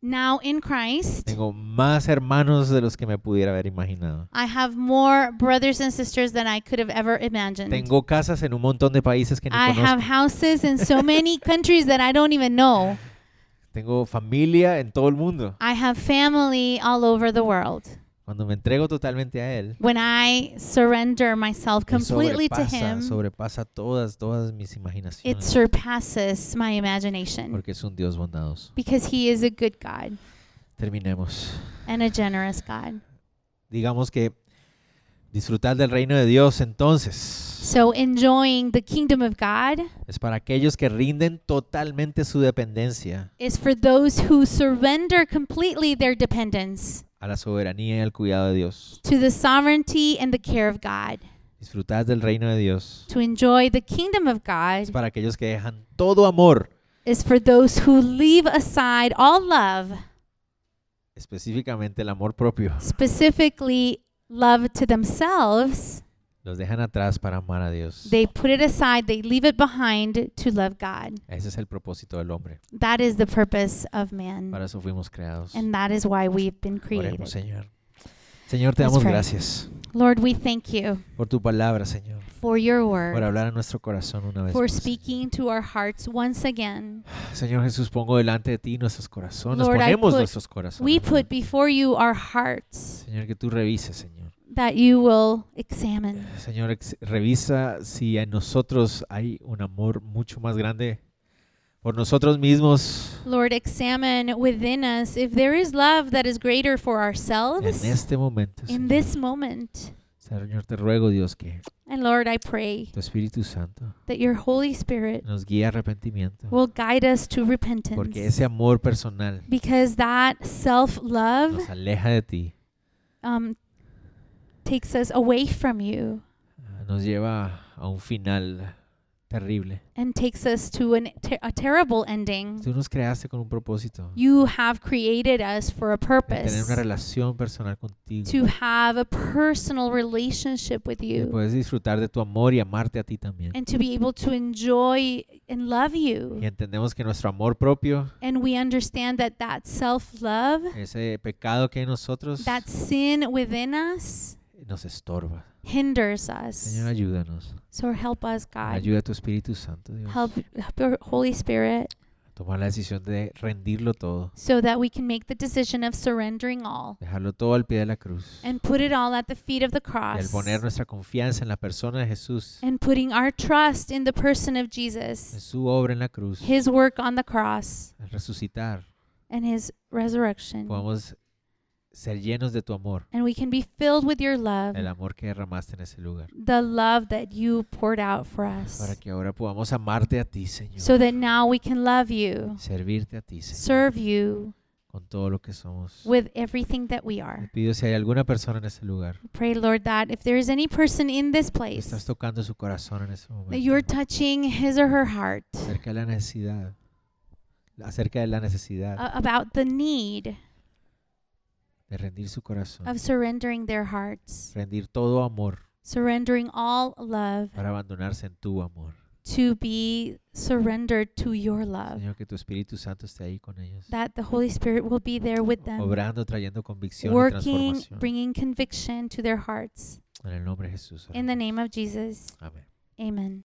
Speaker 2: Now in Christ,
Speaker 1: tengo más hermanos de los que me pudiera haber imaginado.
Speaker 2: I have more brothers and sisters than I could have ever imagined.
Speaker 1: Tengo casas en un montón de países que no
Speaker 2: I have
Speaker 1: conozco.
Speaker 2: houses in
Speaker 1: *laughs*
Speaker 2: so many countries that I don't even know.
Speaker 1: Tengo familia en todo el mundo.
Speaker 2: I have family all over the world.
Speaker 1: Cuando me entrego totalmente a Él,
Speaker 2: When I surrender myself
Speaker 1: Él
Speaker 2: completely to
Speaker 1: sobrepasa,
Speaker 2: Him,
Speaker 1: sobrepasa todas, todas mis
Speaker 2: it
Speaker 1: imaginaciones.
Speaker 2: surpasses my imagination
Speaker 1: Porque es un Dios bondadoso.
Speaker 2: because He is a good God
Speaker 1: Terminemos.
Speaker 2: and a generous God.
Speaker 1: Digamos que disfrutar del reino de Dios entonces
Speaker 2: So, enjoying the kingdom of God
Speaker 1: es para aquellos que rinden totalmente su dependencia
Speaker 2: is for those who surrender completely their dependence
Speaker 1: a la soberanía y al cuidado de Dios.
Speaker 2: to the sovereignty and the care of God.
Speaker 1: Disfrutar del reino de Dios
Speaker 2: To enjoy the kingdom of
Speaker 1: es
Speaker 2: God
Speaker 1: para aquellos que dejan todo amor,
Speaker 2: is for those who leave aside all love,
Speaker 1: específicamente el amor propio.
Speaker 2: specifically love to themselves.
Speaker 1: Los dejan atrás para amar a Dios.
Speaker 2: They put it aside, they leave it behind to love God.
Speaker 1: Ese es el propósito del hombre.
Speaker 2: That is the purpose of man,
Speaker 1: Para eso fuimos creados.
Speaker 2: and that is why we've been
Speaker 1: Oremos,
Speaker 2: created.
Speaker 1: Señor. Señor, te
Speaker 2: Let's
Speaker 1: damos
Speaker 2: pray.
Speaker 1: gracias
Speaker 2: Lord, we thank you
Speaker 1: por tu palabra, Señor.
Speaker 2: for your
Speaker 1: Por
Speaker 2: word,
Speaker 1: hablar a nuestro corazón una vez
Speaker 2: for
Speaker 1: más.
Speaker 2: speaking to our hearts once again.
Speaker 1: Señor Jesús, pongo delante de ti nuestros corazones.
Speaker 2: Lord, I
Speaker 1: Ponemos
Speaker 2: put-
Speaker 1: nuestros corazones.
Speaker 2: We put before you our hearts
Speaker 1: Señor, que tú revises, Señor.
Speaker 2: that you will examine.
Speaker 1: Señor, ex- revisa si en nosotros hay un amor mucho más grande por nosotros mismos
Speaker 2: Lord, examine within us if there is love that is greater for
Speaker 1: En
Speaker 2: ourselves
Speaker 1: este momento, Señor,
Speaker 2: in this moment.
Speaker 1: Señor, te ruego, Dios, que
Speaker 2: And Lord, I pray
Speaker 1: tu Espíritu Santo
Speaker 2: that your Holy Spirit
Speaker 1: nos guíe a arrepentimiento.
Speaker 2: will guide us to
Speaker 1: Porque
Speaker 2: repentance.
Speaker 1: ese amor personal
Speaker 2: Because that self love
Speaker 1: nos aleja de ti,
Speaker 2: um, takes us away from you
Speaker 1: ah, nos lleva a un final terrible.
Speaker 2: and takes us to an, ter- a terrible ending.
Speaker 1: Tú nos creaste con un propósito,
Speaker 2: Mm. You have created us for a
Speaker 1: de tener
Speaker 2: purpose
Speaker 1: una relación personal contigo,
Speaker 2: to have a personal relationship with
Speaker 1: de
Speaker 2: you
Speaker 1: poder disfrutar de tu amor y amarte a ti también.
Speaker 2: and to be able to enjoy and love you.
Speaker 1: Y entendemos que nuestro amor propio,
Speaker 2: And we understand that that self love,
Speaker 1: ese pecado que hay en nosotros,
Speaker 2: that sin within us,
Speaker 1: nos estorba.
Speaker 2: hinders
Speaker 1: Señor,
Speaker 2: us.
Speaker 1: ayúdanos.
Speaker 2: So help us, God.
Speaker 1: Ayuda a tu Espíritu Santo, Dios,
Speaker 2: Help, help your Holy Spirit
Speaker 1: a tomar la decisión de rendirlo todo,
Speaker 2: so that we can make the decision of surrendering all
Speaker 1: dejarlo todo al pie de la cruz.
Speaker 2: and put it all at the feet of the
Speaker 1: Y al
Speaker 2: cross
Speaker 1: poner nuestra confianza en la persona de Jesús,
Speaker 2: and putting our trust in the person of Jesus,
Speaker 1: en su obra en la cruz,
Speaker 2: his work on the cross,
Speaker 1: al resucitar,
Speaker 2: and his resurrection.
Speaker 1: podamos ser llenos de tu amor,
Speaker 2: And we can be filled with your love,
Speaker 1: el amor que derramaste en ese lugar,
Speaker 2: the love that you poured out for
Speaker 1: para
Speaker 2: us,
Speaker 1: que ahora podamos amarte a ti, Señor,
Speaker 2: so that now we can love you,
Speaker 1: servirte a ti, Señor,
Speaker 2: serve you
Speaker 1: con todo lo que somos.
Speaker 2: with everything that we
Speaker 1: Te
Speaker 2: are.
Speaker 1: pido si hay alguna persona en ese lugar
Speaker 2: Pray, Lord, that if there is any person in this
Speaker 1: que
Speaker 2: place,
Speaker 1: estás tocando su corazón en ese
Speaker 2: that you're
Speaker 1: momento,
Speaker 2: touching his or her heart uh,
Speaker 1: acerca de la necesidad, acerca de la necesidad
Speaker 2: a- about the need
Speaker 1: de rendir su corazón,
Speaker 2: of surrendering their hearts,
Speaker 1: rendir todo amor
Speaker 2: surrendering all love
Speaker 1: para abandonarse en tu amor.
Speaker 2: to be surrendered to your love,
Speaker 1: Señor, que tu Espíritu Santo esté ahí con ellos,
Speaker 2: that the Holy Spirit will be there with them,
Speaker 1: obrando, trayendo convicción y
Speaker 2: working,
Speaker 1: transformación.
Speaker 2: bringing conviction to their hearts.
Speaker 1: En el nombre de Jesús.
Speaker 2: In the
Speaker 1: oramos.
Speaker 2: name of Jesus,
Speaker 1: Amén.
Speaker 2: amen.